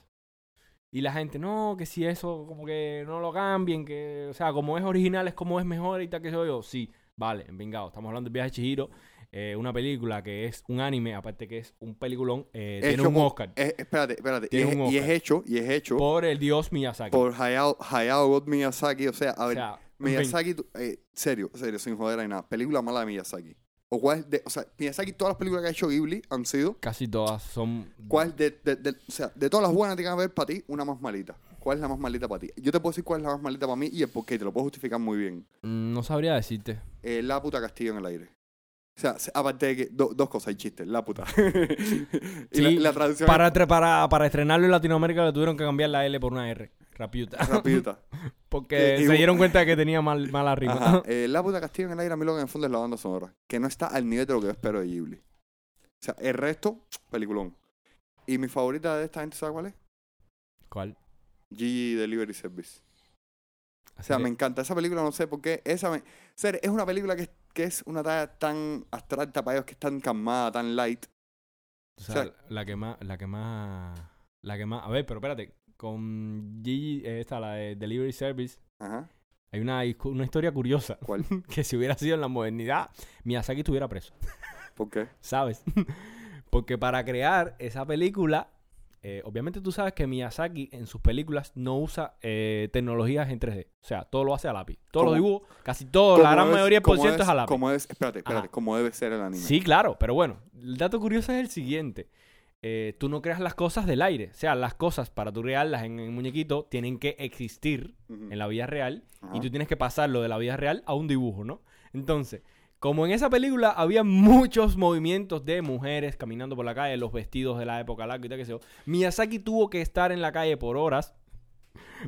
[SPEAKER 1] Y la gente, no, que si eso, como que no lo cambien, que, o sea, como es original, es como es mejor y tal, que yo yo. Sí, vale, vengado. Estamos hablando del viaje de Chihiro, eh, una película que es un anime, aparte que es un peliculón, eh, tiene
[SPEAKER 2] Hecho
[SPEAKER 1] un
[SPEAKER 2] con-
[SPEAKER 1] Oscar
[SPEAKER 2] Eh, espérate, espérate. Y
[SPEAKER 1] Tiene
[SPEAKER 2] es,
[SPEAKER 1] un
[SPEAKER 2] y es
[SPEAKER 1] Oscar.
[SPEAKER 2] hecho, y es hecho por,
[SPEAKER 1] por el dios Miyazaki.
[SPEAKER 2] Hayao, Hayao God Miyazaki. O sea, a
[SPEAKER 1] o
[SPEAKER 2] ver,
[SPEAKER 1] sea, en fin,
[SPEAKER 2] Miyazaki, tú- eh, serio, serio, sin joder ni nada. Película mala de Miyazaki. O cuál de, o sea, Miyazaki, todas las películas que ha hecho Ghibli han sido.
[SPEAKER 1] casi todas son...
[SPEAKER 2] ¿Cuál de, de, de- o sea, de todas las buenas que tengas que ver para ti, una más malita? ¿Cuál es la más malita para ti? Yo te puedo decir cuál es la más malita para mí y el por qué, te lo puedo justificar muy bien.
[SPEAKER 1] Mm, No sabría decirte.
[SPEAKER 2] Eh, la puta Castillo en el aire. O sea, se- aparte de que do- dos cosas, hay chistes, la puta. y la,
[SPEAKER 1] Sí,
[SPEAKER 2] la traducción
[SPEAKER 1] Para, tre- para, para estrenarlo en Latinoamérica le tuvieron que cambiar la L por una R. Rapiuta.
[SPEAKER 2] es rapidita.
[SPEAKER 1] Porque
[SPEAKER 2] Y- y-
[SPEAKER 1] se dieron cuenta que tenía mal, mala rima.
[SPEAKER 2] Ajá. Eh, la puta Castillo en el aire, a mí lo que me funde es la banda sonora, que no está al nivel de lo que yo espero de Ghibli. O sea, el resto, peliculón. Y mi favorita de esta gente, ¿sabes cuál es?
[SPEAKER 1] ¿Cuál?
[SPEAKER 2] Gigi Delivery Service. O sea,
[SPEAKER 1] Así
[SPEAKER 2] me
[SPEAKER 1] que-
[SPEAKER 2] encanta esa película, no sé por qué. Esa me... Ser, es una película que, que es una talla tan abstracta para ellos, que es tan calmada, tan light.
[SPEAKER 1] O sea,
[SPEAKER 2] sea-
[SPEAKER 1] la que más, la que más, la que más. A ver, pero espérate, con Gigi, eh, esta la de Delivery Service,
[SPEAKER 2] Ajá.
[SPEAKER 1] hay una, discu- una historia curiosa
[SPEAKER 2] ¿Cuál?
[SPEAKER 1] que si hubiera sido en la modernidad, Miyazaki estuviera preso,
[SPEAKER 2] ¿Por qué?
[SPEAKER 1] ¿sabes? Porque para crear esa película, eh, obviamente tú sabes que Miyazaki en sus películas no usa eh, tecnologías en 3D, o sea, todo lo hace a lápiz, todos los
[SPEAKER 2] Como-
[SPEAKER 1] dibujos, casi todo, Oh, la
[SPEAKER 2] Como
[SPEAKER 1] gran
[SPEAKER 2] debe-
[SPEAKER 1] mayoría por
[SPEAKER 2] como
[SPEAKER 1] ciento
[SPEAKER 2] debe-
[SPEAKER 1] es a lápiz.
[SPEAKER 2] Como es, espérate, espérate,
[SPEAKER 1] Ajá.
[SPEAKER 2] como debe ser el anime.
[SPEAKER 1] Sí, claro, pero bueno, el dato curioso es el siguiente. Eh, tú no creas las cosas del aire. O sea, las cosas para tú crearlas en el muñequito tienen que existir
[SPEAKER 2] Ujú.
[SPEAKER 1] en la vida real
[SPEAKER 2] Ajá.
[SPEAKER 1] y tú tienes que pasarlo de la vida real a un dibujo, ¿no? Entonces, como en esa película había muchos movimientos de mujeres caminando por la calle, los vestidos de la época, la que qué sé yo, Miyazaki tuvo que estar en la calle por horas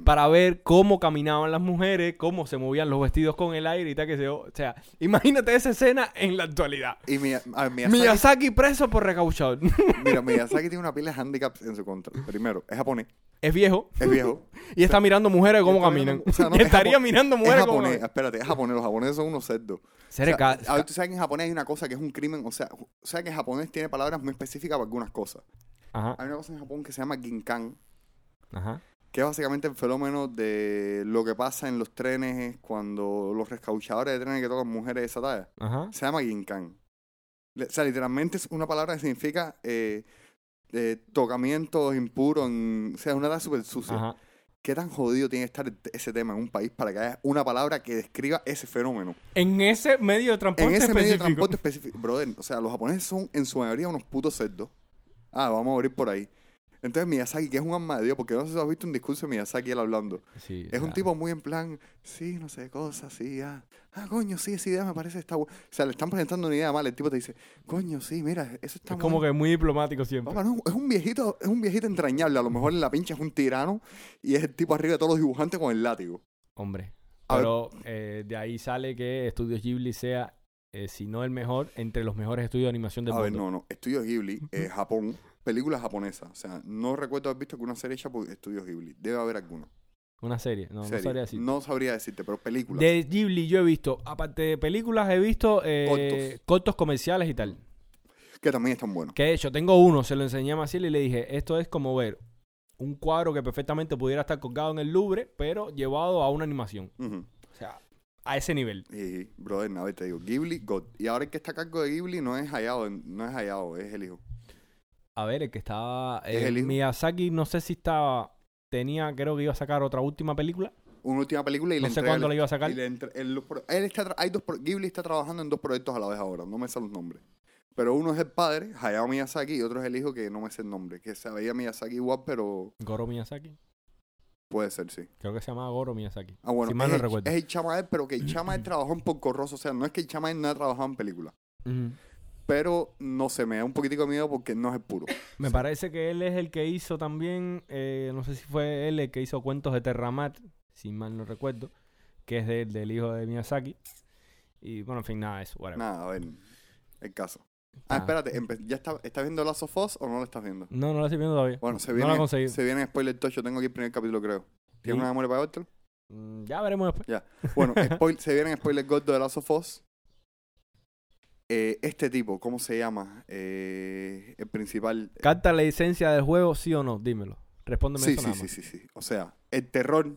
[SPEAKER 1] para ver cómo caminaban las mujeres, cómo se movían los vestidos con el aire y tal, que sé yo. O sea, imagínate esa escena en la actualidad.
[SPEAKER 2] Y Miya- a Miyazaki,
[SPEAKER 1] Miyazaki preso por recauchado.
[SPEAKER 2] mira, Miyazaki tiene una pila de handicaps en su contra. Primero, es japonés,
[SPEAKER 1] es viejo
[SPEAKER 2] es viejo.
[SPEAKER 1] y está mirando mujeres cómo
[SPEAKER 2] Está
[SPEAKER 1] caminan.
[SPEAKER 2] mirando- o sea, no,
[SPEAKER 1] Y
[SPEAKER 2] es
[SPEAKER 1] estaría
[SPEAKER 2] japo-
[SPEAKER 1] mirando
[SPEAKER 2] Es
[SPEAKER 1] mujeres cómo
[SPEAKER 2] japonés, espérate, es japonés. Los japoneses son unos cerdos. O
[SPEAKER 1] Ser
[SPEAKER 2] sea,
[SPEAKER 1] ca-
[SPEAKER 2] a ver, tú sabes que en japonés hay una cosa que es un crimen. O sea, o sea que en japonés tiene palabras muy específicas para algunas cosas.
[SPEAKER 1] Ajá,
[SPEAKER 2] Hay una cosa en Japón que se llama ginkan,
[SPEAKER 1] ajá.
[SPEAKER 2] que es básicamente el fenómeno de lo que pasa en los trenes cuando los rescauchadores de trenes que tocan mujeres de esa talla.
[SPEAKER 1] Ajá.
[SPEAKER 2] Se llama Ginkan. Le- O sea, literalmente es una palabra que significa eh, eh, tocamiento impuro. en- o sea, es una edad súper sucia.
[SPEAKER 1] Ajá.
[SPEAKER 2] ¿Qué tan jodido tiene que estar el- ese tema en un país para que haya una palabra que describa ese fenómeno?
[SPEAKER 1] En ese medio de transporte
[SPEAKER 2] En ese medio de
[SPEAKER 1] específico.
[SPEAKER 2] transporte específico. Brother, o sea, los japoneses son en su mayoría unos putos cerdos. Ah, vamos a abrir por ahí. Entonces Miyazaki, que es un arma de Dios, porque no sé si has visto un discurso de Miyazaki él hablando.
[SPEAKER 1] Sí,
[SPEAKER 2] Es un
[SPEAKER 1] claro.
[SPEAKER 2] tipo muy en plan, sí, no sé, cosas, sí, ah, ah, coño, sí, esa idea me parece está buena. O sea, le están presentando una idea mala, el tipo te dice, coño, sí, mira, eso está
[SPEAKER 1] Es como
[SPEAKER 2] bueno.
[SPEAKER 1] que muy diplomático siempre.
[SPEAKER 2] Papá, no, es un viejito, es un viejito entrañable, a lo mejor en la pincha es un tirano y es el tipo arriba de todos los dibujantes con el látigo.
[SPEAKER 1] Hombre.
[SPEAKER 2] A ver.
[SPEAKER 1] Pero eh, de ahí sale que Estudios Ghibli sea, eh, si no el mejor, entre los mejores estudios de animación del
[SPEAKER 2] a ver,
[SPEAKER 1] mundo.
[SPEAKER 2] no, no, Estudios Ghibli, eh, Japón, películas japonesas, o sea, no recuerdo haber visto alguna serie hecha por Estudios Ghibli, debe haber alguna.
[SPEAKER 1] Una serie. No,
[SPEAKER 2] Serie.
[SPEAKER 1] no sabría decir.
[SPEAKER 2] No sabría decirte, pero películas.
[SPEAKER 1] De Ghibli yo he visto, aparte de películas, he visto eh,
[SPEAKER 2] Cortos.
[SPEAKER 1] cortos comerciales y tal.
[SPEAKER 2] Que también están buenos.
[SPEAKER 1] Que de hecho, tengo uno, se lo enseñé a Maciel y le dije, esto es como ver un cuadro que perfectamente pudiera estar colgado en el Louvre, pero llevado a una animación.
[SPEAKER 2] Ujú.
[SPEAKER 1] O sea, a ese nivel.
[SPEAKER 2] Y, brother, a ver, te digo, Ghibli, God. Y ahora el que está a cargo de Ghibli no es Hayao, no es Hayao, es el hijo.
[SPEAKER 1] a ver, el que estaba.
[SPEAKER 2] Es
[SPEAKER 1] eh,
[SPEAKER 2] el hijo.
[SPEAKER 1] Miyazaki, no sé si estaba. Tenía, creo que iba a sacar otra última película.
[SPEAKER 2] Una última película y
[SPEAKER 1] No
[SPEAKER 2] le
[SPEAKER 1] sé
[SPEAKER 2] entrega
[SPEAKER 1] cuándo
[SPEAKER 2] el-
[SPEAKER 1] la iba a sacar.
[SPEAKER 2] y le entre- el- los pro- él está, tra- hay dos, pro- Ghibli está trabajando en dos proyectos a la vez ahora, no me sé los nombres. Pero uno es el padre, Hayao Miyazaki, y otro es el hijo que no me sé el nombre, que se veía Miyazaki igual, pero
[SPEAKER 1] Goro Miyazaki.
[SPEAKER 2] puede ser, sí.
[SPEAKER 1] Creo que se llamaba Goro Miyazaki.
[SPEAKER 2] Ah, bueno,
[SPEAKER 1] Si mal
[SPEAKER 2] es,
[SPEAKER 1] no
[SPEAKER 2] el-
[SPEAKER 1] recuerdo.
[SPEAKER 2] es el chama él, pero que el chama él trabajó en Porcorroso, o sea, no es que el chama él no ha trabajado en película.
[SPEAKER 1] Ujú.
[SPEAKER 2] Pero no sé, me da un poquitico de miedo porque no es el puro.
[SPEAKER 1] Me parece que él es el que hizo también, eh, no sé si fue él el que hizo cuentos de Terramat, si mal no recuerdo, que es de- del hijo de Miyazaki. Y bueno, en fin, nada, eso, whatever.
[SPEAKER 2] Nada, a ver, el caso. Ah,
[SPEAKER 1] Ah.
[SPEAKER 2] espérate, empe- ¿ya está, estás viendo Last of Us o no lo estás viendo?
[SPEAKER 1] No, no lo estoy viendo todavía.
[SPEAKER 2] Bueno, se
[SPEAKER 1] No lo
[SPEAKER 2] viene,
[SPEAKER 1] he conseguido.
[SPEAKER 2] se viene spoiler tocho, tengo aquí el primer capítulo, creo. ¿Tienes
[SPEAKER 1] Sí.
[SPEAKER 2] una memoria para verte?
[SPEAKER 1] Mm, Ya veremos después.
[SPEAKER 2] Bueno, spoil- se vienen spoilers gordos de Last of Us. Eh, este tipo, ¿cómo se llama? Eh, el principal.
[SPEAKER 1] ¿Carta la licencia del juego, sí o no? Dímelo. Respóndeme
[SPEAKER 2] Sí,
[SPEAKER 1] eso
[SPEAKER 2] sí,
[SPEAKER 1] nada
[SPEAKER 2] sí,
[SPEAKER 1] más.
[SPEAKER 2] sí, sí. O sea, el terror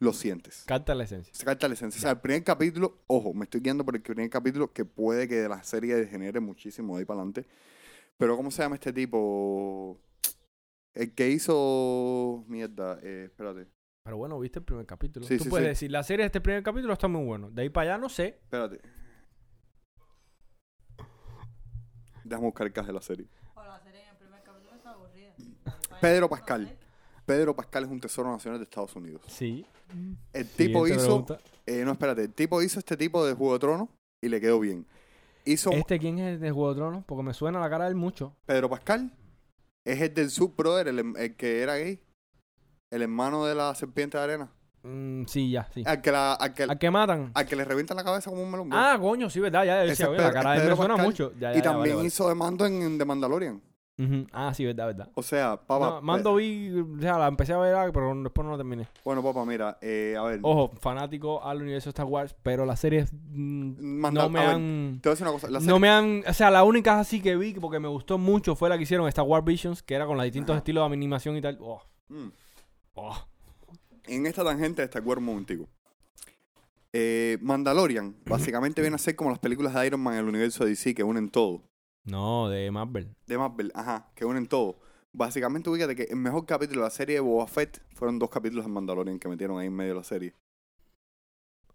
[SPEAKER 2] lo sientes.
[SPEAKER 1] Carta la licencia.
[SPEAKER 2] Se carta la esencia. O sea, el primer capítulo, ojo, me estoy guiando por el primer capítulo que puede que de la serie degenere muchísimo de ahí para adelante. Pero ¿cómo se llama este tipo? El que hizo... Mierda, eh, espérate.
[SPEAKER 1] Pero bueno, viste el primer capítulo.
[SPEAKER 2] Sí,
[SPEAKER 1] Tú
[SPEAKER 2] sí,
[SPEAKER 1] puedes
[SPEAKER 2] sí.
[SPEAKER 1] decir, la serie de este primer capítulo está muy bueno. De ahí para allá no sé.
[SPEAKER 2] Espérate. Déjame buscar el caso de la serie. Pedro Pascal. Pedro Pascal es un tesoro nacional de Estados Unidos.
[SPEAKER 1] Sí.
[SPEAKER 2] El tipo
[SPEAKER 1] Siguiente
[SPEAKER 2] hizo...
[SPEAKER 1] pregunta.
[SPEAKER 2] eh, no, espérate. El tipo hizo este tipo de Juego de Tronos y le quedó bien. Hizo
[SPEAKER 1] ¿Este quién es el de Juego de Tronos? Porque me suena la cara de él mucho.
[SPEAKER 2] Pedro Pascal es el del Sub Brother, el, hem- el que era gay. El hermano de la serpiente de arena.
[SPEAKER 1] Mm, sí, ya, sí.
[SPEAKER 2] Al que, la- al que-
[SPEAKER 1] ¿A qué matan?
[SPEAKER 2] al que le revientan la cabeza como un melón.
[SPEAKER 1] Ah, coño, sí, verdad, ya
[SPEAKER 2] Ese
[SPEAKER 1] decía,
[SPEAKER 2] es
[SPEAKER 1] oye, la
[SPEAKER 2] Pedro-
[SPEAKER 1] cara de él me
[SPEAKER 2] Pedro
[SPEAKER 1] suena
[SPEAKER 2] Pascal.
[SPEAKER 1] mucho. Ya, ya,
[SPEAKER 2] y
[SPEAKER 1] ya,
[SPEAKER 2] también
[SPEAKER 1] vale,
[SPEAKER 2] hizo de mando en, en The Mandalorian.
[SPEAKER 1] vale. Ujú. Ah, sí, verdad, verdad.
[SPEAKER 2] O sea,
[SPEAKER 1] No,
[SPEAKER 2] papá.
[SPEAKER 1] Mando
[SPEAKER 2] eh,
[SPEAKER 1] vi, o sea, la empecé a ver, ah, pero después no la terminé.
[SPEAKER 2] pues, bueno, papá, mira, eh, a ver.
[SPEAKER 1] Ojo, fanático al universo Star Wars, pero las series mm,
[SPEAKER 2] Manda-
[SPEAKER 1] no me
[SPEAKER 2] a ver,
[SPEAKER 1] han...
[SPEAKER 2] Te voy a decir una cosa. La serie-
[SPEAKER 1] No me han... O sea, la única así que vi, porque me gustó mucho, fue la que hicieron Star Wars Visions, que era con los distintos
[SPEAKER 2] Ajá.
[SPEAKER 1] estilos de animación y tal. Oh,
[SPEAKER 2] Mm.
[SPEAKER 1] oh.
[SPEAKER 2] en esta tangente de Star Wars un momentico. Eh, Mandalorian básicamente viene a ser como las películas de Iron Man en el universo de DC que unen todo.
[SPEAKER 1] No, de Marvel.
[SPEAKER 2] De Marvel, ajá, que unen todo. Básicamente, ubícate que el mejor capítulo de la serie de Boba Fett fueron dos capítulos de Mandalorian que metieron ahí en medio de la serie.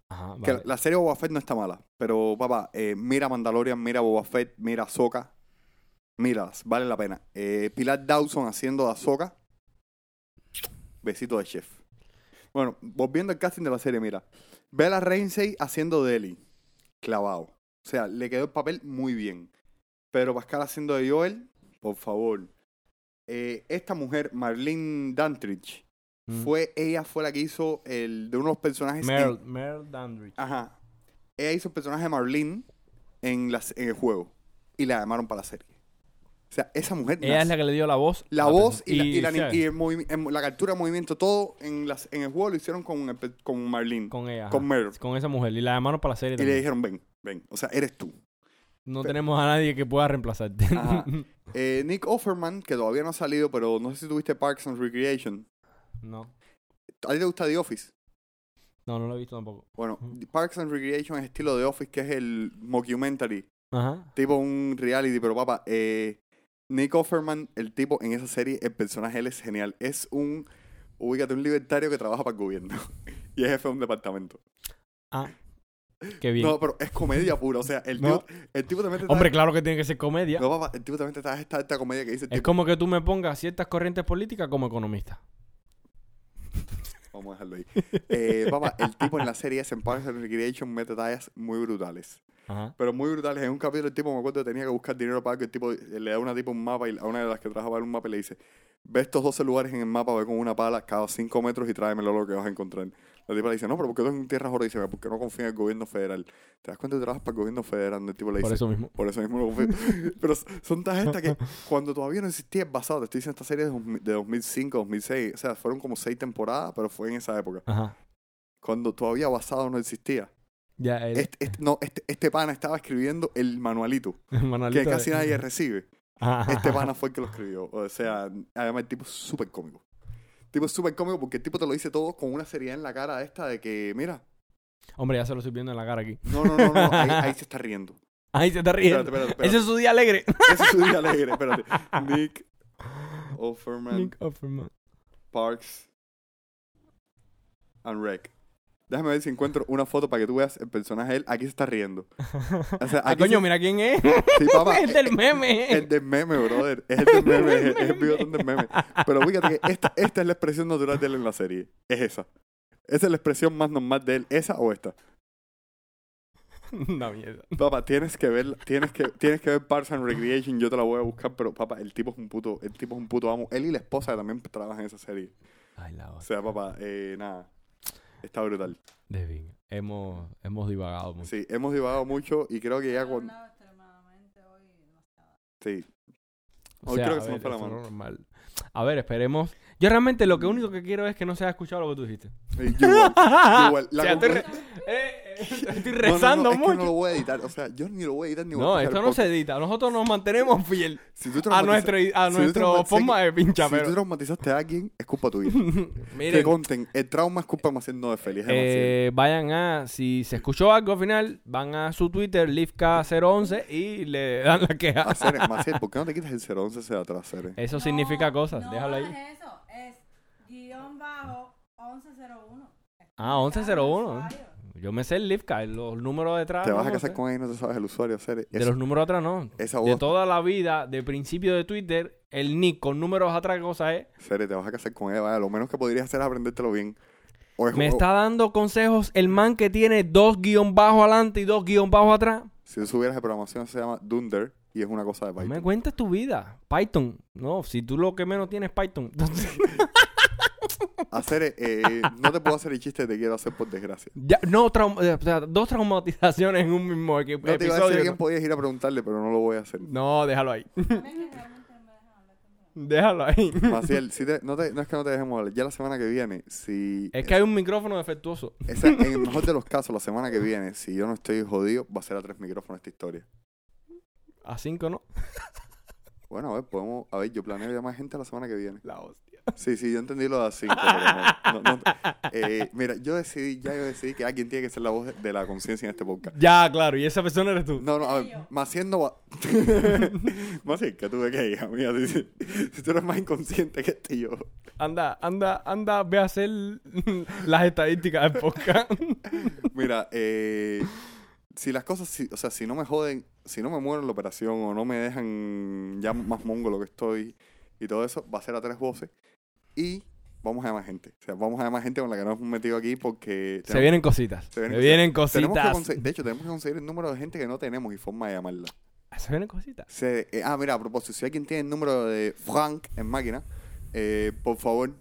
[SPEAKER 1] Ajá,
[SPEAKER 2] Que
[SPEAKER 1] vale.
[SPEAKER 2] la, la serie de Boba Fett no está mala, pero papá, eh, mira Mandalorian, mira Boba Fett, mira Ahsoka. Míralas, vale la pena. Eh, Pilar Dawson haciendo de Ahsoka. Besito de chef. Bueno, volviendo al casting de la serie, mira. Bella Ramsey haciendo de Ellie. Clavado. O sea, le quedó el papel muy bien. Pero Pascal haciendo de Joel, por favor. Eh, esta mujer, Marlene Dantrich,
[SPEAKER 1] Mm.
[SPEAKER 2] fue, ella fue la que hizo el, de uno de los personajes en-
[SPEAKER 1] Merle, Merle Dandridge.
[SPEAKER 2] Ajá. Ella hizo el personaje de Marlene en, las- en el juego. Y la llamaron para la serie. O sea, esa mujer.
[SPEAKER 1] Ella es
[SPEAKER 2] nace-
[SPEAKER 1] la que le dio la voz.
[SPEAKER 2] la
[SPEAKER 1] a
[SPEAKER 2] voz
[SPEAKER 1] persona-
[SPEAKER 2] y, la, y la ni-
[SPEAKER 1] ¿sabes?
[SPEAKER 2] y el movim- em- la captura de movimiento, todo en, las, en el juego lo hicieron con, el pe- con Marlene.
[SPEAKER 1] Con ella.
[SPEAKER 2] con
[SPEAKER 1] ajá.
[SPEAKER 2] Merle.
[SPEAKER 1] Con esa mujer. Y la llamaron para la serie
[SPEAKER 2] y le
[SPEAKER 1] también.
[SPEAKER 2] dijeron, ven, ven. O sea, eres tú.
[SPEAKER 1] No
[SPEAKER 2] Pe-
[SPEAKER 1] tenemos a nadie que pueda reemplazarte.
[SPEAKER 2] Ajá. Eh, Nick Offerman, que todavía no ha salido, pero no sé si tuviste Parks and Recreation.
[SPEAKER 1] no.
[SPEAKER 2] ¿A ti te gusta The Office?
[SPEAKER 1] No, no lo he visto tampoco.
[SPEAKER 2] Bueno,
[SPEAKER 1] Ujú.
[SPEAKER 2] The Parks and Recreation es estilo The Office, que es el mockumentary
[SPEAKER 1] Ajá.
[SPEAKER 2] tipo un reality, pero papá, eh, Nick Offerman, el tipo en esa serie, el personaje él es genial. Es un, ubícate, un libertario que trabaja para el gobierno y es jefe de un departamento.
[SPEAKER 1] Qué bien.
[SPEAKER 2] No, pero es comedia pura, o sea, el,
[SPEAKER 1] No.
[SPEAKER 2] tipo, el tipo también te
[SPEAKER 1] Hombre, claro que tiene que ser comedia.
[SPEAKER 2] No, papá, el tipo también te trae esta, esta comedia que dice, el
[SPEAKER 1] es
[SPEAKER 2] tipo,
[SPEAKER 1] como que tú me pongas ciertas corrientes políticas como economista.
[SPEAKER 2] vamos a dejarlo ahí. Eh, papá, el tipo en la serie es en Parks and Recreation mete tallas muy brutales.
[SPEAKER 1] Ajá.
[SPEAKER 2] Pero muy brutales. En un capítulo el tipo, me acuerdo, tenía que buscar dinero para que el tipo eh, le da a una tipo un mapa y a una de las que trabajaba en un mapa y le dice, ve estos 12 lugares en el mapa, ve con una pala cada 5 metros y tráemelo lo que vas a encontrar. La tipa le dice, no, pero porque tú en tierras horas dice, porque no confía en el gobierno federal. ¿Te das cuenta que trabajas para el gobierno federal? El tipo le
[SPEAKER 1] Por
[SPEAKER 2] dice,
[SPEAKER 1] eso mismo.
[SPEAKER 2] por eso mismo lo confío. Pero s- son todas estas que cuando todavía no existía el basado, te estoy diciendo esta serie es dos mi- de 2005, 2006, o sea, fueron como 6 temporadas, pero fue en esa época.
[SPEAKER 1] Ajá.
[SPEAKER 2] Cuando todavía basado no existía.
[SPEAKER 1] Ya, eh, el
[SPEAKER 2] Este, este- no, este, este pana estaba escribiendo el manualito
[SPEAKER 1] manualito
[SPEAKER 2] que
[SPEAKER 1] de-
[SPEAKER 2] casi nadie recibe.
[SPEAKER 1] Ajá.
[SPEAKER 2] Este pana fue el que lo escribió. O sea, además el tipo es súper cómico. El tipo es súper cómico porque el tipo te lo dice todo con una seriedad en la cara esta de que, mira,
[SPEAKER 1] Hombre, ya se lo estoy viendo en la cara aquí.
[SPEAKER 2] no, no, no, no, ahí, ahí se está riendo.
[SPEAKER 1] Ahí se está riendo.
[SPEAKER 2] Espérate, espérate, espérate.
[SPEAKER 1] Ese es su día alegre.
[SPEAKER 2] Ese es su día alegre, espérate. Nick Offerman
[SPEAKER 1] Nick Offerman.
[SPEAKER 2] Parks and Rec. Déjame ver si encuentro una foto para que tú veas el personaje de él. Aquí se está riendo. O sea,
[SPEAKER 1] Ah,
[SPEAKER 2] aquí
[SPEAKER 1] coño,
[SPEAKER 2] se-
[SPEAKER 1] mira quién es.
[SPEAKER 2] sí, papá, eh,
[SPEAKER 1] es del meme.
[SPEAKER 2] El del meme, brother. Es el del meme. Es, es el bigotón del meme. Pero fíjate que esta, esta es la expresión natural de él en la serie. Es esa. Esa es la expresión más normal de él. ¿Esa o esta?
[SPEAKER 1] Una mierda.
[SPEAKER 2] Papá, tienes que ver, tienes que, tienes que ver Parks and Recreation. Yo te la voy a buscar, pero papá, el tipo es un puto, el tipo es un puto amo. Él y la esposa que también trabajan en esa serie.
[SPEAKER 1] Ay, la
[SPEAKER 2] O
[SPEAKER 1] hostia.
[SPEAKER 2] sea, papá, eh, nada. Está brutal.
[SPEAKER 1] De bien. Hemos, hemos divagado mucho.
[SPEAKER 2] Sí, hemos divagado mucho y creo que ya con... Sí, Hoy creo que se
[SPEAKER 1] a
[SPEAKER 2] nos fue la
[SPEAKER 1] eso es
[SPEAKER 2] mano.
[SPEAKER 1] normal. A ver, esperemos. Yo realmente lo que único que quiero es que no se haya escuchado lo que tú dijiste.
[SPEAKER 2] Eh, yo igual, yo igual. La
[SPEAKER 1] O sea, estoy, re- eh, eh,
[SPEAKER 2] conclusión-
[SPEAKER 1] estoy
[SPEAKER 2] No, no, no,
[SPEAKER 1] rezando
[SPEAKER 2] es que
[SPEAKER 1] mucho.
[SPEAKER 2] no lo voy a editar. O sea, yo ni lo voy a editar ni
[SPEAKER 1] no,
[SPEAKER 2] voy a
[SPEAKER 1] esto no se Ah, edita. Nosotros nos mantenemos fiel
[SPEAKER 2] Si tú
[SPEAKER 1] a
[SPEAKER 2] traumatiza-
[SPEAKER 1] nuestra a
[SPEAKER 2] si tú
[SPEAKER 1] nuestro
[SPEAKER 2] traumatiza-
[SPEAKER 1] forma de pincha,
[SPEAKER 2] Si tú
[SPEAKER 1] pero.
[SPEAKER 2] traumatizaste a alguien, es culpa tuya. que
[SPEAKER 1] Miren,
[SPEAKER 2] conten, el trauma es culpa más no de feliz.
[SPEAKER 1] eh, vayan a, si se escuchó algo al final, van a su Twitter, lifk011, y le dan la queja.
[SPEAKER 2] Hacer, Ah, Maciel, ¿por qué no te quitas el 011 hacia atrás, Cere?
[SPEAKER 1] Eso significa cosas, déjalo ahí.
[SPEAKER 3] Es eso, es guión bajo 1101.
[SPEAKER 1] Ah, 1101. Yo me sé el Lifka, los números detrás.
[SPEAKER 2] Te
[SPEAKER 1] no
[SPEAKER 2] vas a
[SPEAKER 1] me
[SPEAKER 2] casar
[SPEAKER 1] sé.
[SPEAKER 2] con él y no te sabes el usuario, Cere.
[SPEAKER 1] De
[SPEAKER 2] Eso-
[SPEAKER 1] los números atrás no.
[SPEAKER 2] esa
[SPEAKER 1] De
[SPEAKER 2] voz,
[SPEAKER 1] toda la vida, de principio de Twitter, el nick con números atrás, ¿qué cosa es?
[SPEAKER 2] Cere, te vas a casar con él. Vaya, lo menos que podrías hacer es aprendértelo bien. O es-
[SPEAKER 1] Me
[SPEAKER 2] o-
[SPEAKER 1] está dando consejos el man que tiene dos guión bajo adelante y dos guión bajo atrás.
[SPEAKER 2] Si tú subieras de programación, se llama Dunder y es una cosa de
[SPEAKER 1] No me
[SPEAKER 2] Python.
[SPEAKER 1] cuentes tu vida. Python. No, si tú lo que menos tienes es Python. Entonces,
[SPEAKER 2] A Cere, eh, no te puedo hacer el chiste, te quiero hacer por desgracia.
[SPEAKER 1] ya, no, traum- eh, o sea, dos traumatizaciones en un mismo equi-
[SPEAKER 2] No te iba a decir a
[SPEAKER 1] episodio.
[SPEAKER 2] quién podías ir a preguntarle, pero no lo voy a hacer.
[SPEAKER 1] no, déjalo ahí. déjalo ahí.
[SPEAKER 2] Maciel, si te- no, te- no es que no te dejemos hablar. Ya la semana que viene, si.
[SPEAKER 1] Es que hay un micrófono defectuoso.
[SPEAKER 2] esa- en el mejor de los casos, la semana que viene, si yo no estoy jodido, va a ser a tres micrófonos esta historia.
[SPEAKER 1] A cinco no.
[SPEAKER 2] Bueno, a ver, podemos. A ver, yo planeo llamar gente la semana que viene.
[SPEAKER 1] La hostia.
[SPEAKER 2] Sí, sí, yo entendí lo de a cinco, pero no, no, no. Eh, mira, yo decidí, ya yo decidí que alguien tiene que ser la voz de, de la conciencia en este podcast.
[SPEAKER 1] Ya, claro. Y esa persona eres tú.
[SPEAKER 2] No, no, a ver, Maciel no va. Maciel, que tuve que ir, amiga. Si, si tú eres más inconsciente que este yo.
[SPEAKER 1] Anda, anda, anda. Ve a hacer las estadísticas del podcast.
[SPEAKER 2] Mira, eh, si las cosas, si- o sea, si no me joden, si no me muero en la operación o no me dejan ya más mongo lo que estoy y todo eso, va a ser a tres voces y vamos a llamar gente. O sea, vamos a llamar gente con la que nos hemos metido aquí porque...
[SPEAKER 1] Se vienen cositas.
[SPEAKER 2] se
[SPEAKER 1] Se
[SPEAKER 2] vienen
[SPEAKER 1] vienen,
[SPEAKER 2] tenemos que
[SPEAKER 1] cositas.
[SPEAKER 2] conse- de hecho, tenemos que conseguir el número de gente que no tenemos y forma de llamarla.
[SPEAKER 1] Se vienen cositas.
[SPEAKER 2] Se- eh, ah, mira, a propósito, si alguien tiene el número de Frank en máquina, eh, por favor,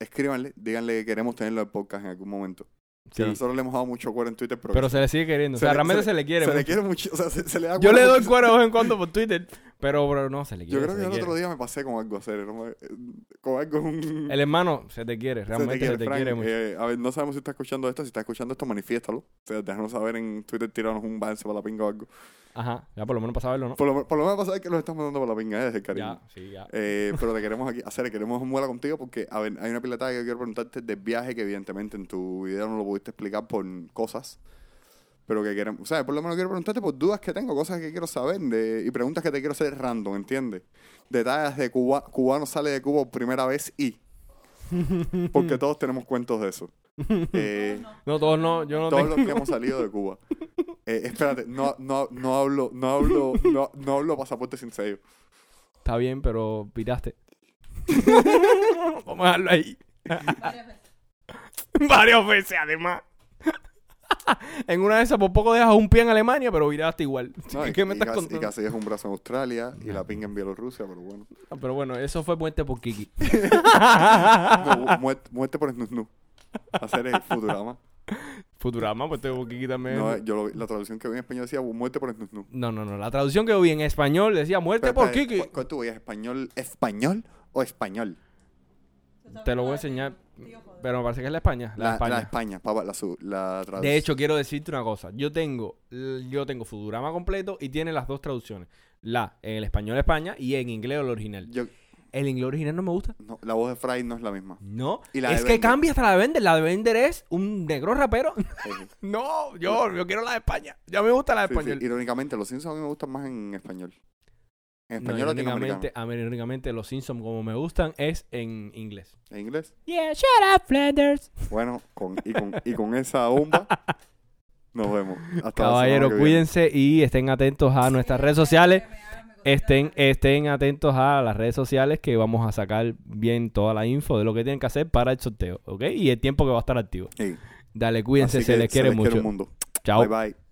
[SPEAKER 2] escríbanle, díganle que queremos tenerlo en el podcast en algún momento. Que
[SPEAKER 1] Sí.
[SPEAKER 2] nosotros le hemos dado mucho cuero en Twitter, pero,
[SPEAKER 1] Pero se le sigue queriendo. o
[SPEAKER 2] Se
[SPEAKER 1] sea,
[SPEAKER 2] le-
[SPEAKER 1] realmente
[SPEAKER 2] se
[SPEAKER 1] se le quiere.
[SPEAKER 2] se le
[SPEAKER 1] mucho.
[SPEAKER 2] quiere mucho, o sea, se, se le da
[SPEAKER 1] Yo
[SPEAKER 2] cuero
[SPEAKER 1] le doy
[SPEAKER 2] mucho.
[SPEAKER 1] cuero de vez en cuando por Twitter. Pero, bro, no, se le quiere.
[SPEAKER 2] Yo
[SPEAKER 1] se
[SPEAKER 2] creo que
[SPEAKER 1] le
[SPEAKER 2] el
[SPEAKER 1] quiere.
[SPEAKER 2] otro día me pasé con algo hacer, ¿no? Eh, con algo un...
[SPEAKER 1] El hermano se te quiere. Realmente se te quiere,
[SPEAKER 2] Frank.
[SPEAKER 1] mucho.
[SPEAKER 2] Eh, a ver, no sabemos si está escuchando esto. Si está escuchando esto, manifiéstalo. O sea, déjanos saber en Twitter, tiranos un balance para la pinga o algo.
[SPEAKER 1] Ajá. Ya por lo menos para saberlo, ¿no?
[SPEAKER 2] Por lo, por lo menos pasa que los estás mandando para la pinga, eh, desde el cariño.
[SPEAKER 1] Ya, sí, ya.
[SPEAKER 2] Eh, pero te queremos aquí hacer, queremos un muela contigo porque, a ver, hay una piletada que quiero preguntarte del viaje que evidentemente en tu video no lo pudiste explicar por cosas, pero que queremos, o sea, por lo menos quiero preguntarte por dudas que tengo, cosas que quiero saber de- y preguntas que te quiero hacer random, ¿entiendes? Detalles de Cuba, cubano sale de Cuba por primera vez y... Porque todos tenemos cuentos de eso. Eh,
[SPEAKER 1] No, todos no. Yo no
[SPEAKER 2] todos
[SPEAKER 1] tengo.
[SPEAKER 2] los que hemos salido de Cuba. Eh, espérate, no, no, no hablo, no hablo, no, no hablo pasaporte sin sello.
[SPEAKER 1] Está bien, pero piraste. Vamos a dejarlo ahí. Varias veces, además. en una de esas, por poco dejas un pie en Alemania, pero viraste igual.
[SPEAKER 2] No, y,
[SPEAKER 1] ¿Qué me
[SPEAKER 2] y
[SPEAKER 1] estás
[SPEAKER 2] casi, y
[SPEAKER 1] contando?
[SPEAKER 2] casi es un brazo en Australia y la pinga en Bielorrusia, pero bueno.
[SPEAKER 1] Ah, Pero bueno, eso fue puente por Kiki.
[SPEAKER 2] No, mu- muerte, muerte por Snusnu. Hacer el Futurama.
[SPEAKER 1] Futurama, puente por Kiki también.
[SPEAKER 2] No, eh, yo lo vi- la traducción que vi en español decía muerte por Snusnu.
[SPEAKER 1] No, no, no. La traducción que yo vi en español decía muerte por Kiki.
[SPEAKER 2] ¿Cuál tú veías? ¿Español, español o español?
[SPEAKER 1] Te lo voy a enseñar. Pero me parece que es la España. La,
[SPEAKER 2] La,
[SPEAKER 1] España.
[SPEAKER 2] la España, papá, la, su- la traducción.
[SPEAKER 1] De hecho, quiero decirte una cosa. Yo tengo, yo tengo Futurama completo y tiene las dos traducciones. La en el español España y en inglés el original.
[SPEAKER 2] Yo-
[SPEAKER 1] el inglés original no me gusta.
[SPEAKER 2] No, la voz de Fry no es la misma.
[SPEAKER 1] No.
[SPEAKER 2] Y la de
[SPEAKER 1] es que
[SPEAKER 2] Bender.
[SPEAKER 1] cambia hasta la de Bender. La de Bender es un negro rapero.
[SPEAKER 2] Sí, sí.
[SPEAKER 1] no, yo, yo quiero la de España. Ya me gusta la de
[SPEAKER 2] Eh, Sí, sí.
[SPEAKER 1] Ah, español.
[SPEAKER 2] Irónicamente, los Simpsons a mí me gustan más en español. En
[SPEAKER 1] No,
[SPEAKER 2] español
[SPEAKER 1] irónicamente,
[SPEAKER 2] latinoamericano.
[SPEAKER 1] a mí, irónicamente, los Simpsons como me gustan es en inglés.
[SPEAKER 2] En inglés.
[SPEAKER 1] Yeah, shut up, Flanders.
[SPEAKER 2] Bueno, con, y, con, y con esa bomba nos vemos. Hasta la semana
[SPEAKER 1] Caballero,
[SPEAKER 2] que viene.
[SPEAKER 1] cuídense y estén atentos a nuestras redes sociales. eh, Estén,
[SPEAKER 3] Estén.
[SPEAKER 1] estén atentos a las redes sociales que vamos a sacar bien toda la info de lo que tienen que hacer para el sorteo, ¿ok? Y el tiempo que va a estar activo.
[SPEAKER 2] Sí.
[SPEAKER 1] Dale, cuídense,
[SPEAKER 2] Así
[SPEAKER 1] se
[SPEAKER 2] que
[SPEAKER 1] les quiere mucho.
[SPEAKER 2] un mundo.
[SPEAKER 1] Chao.
[SPEAKER 2] Bye bye.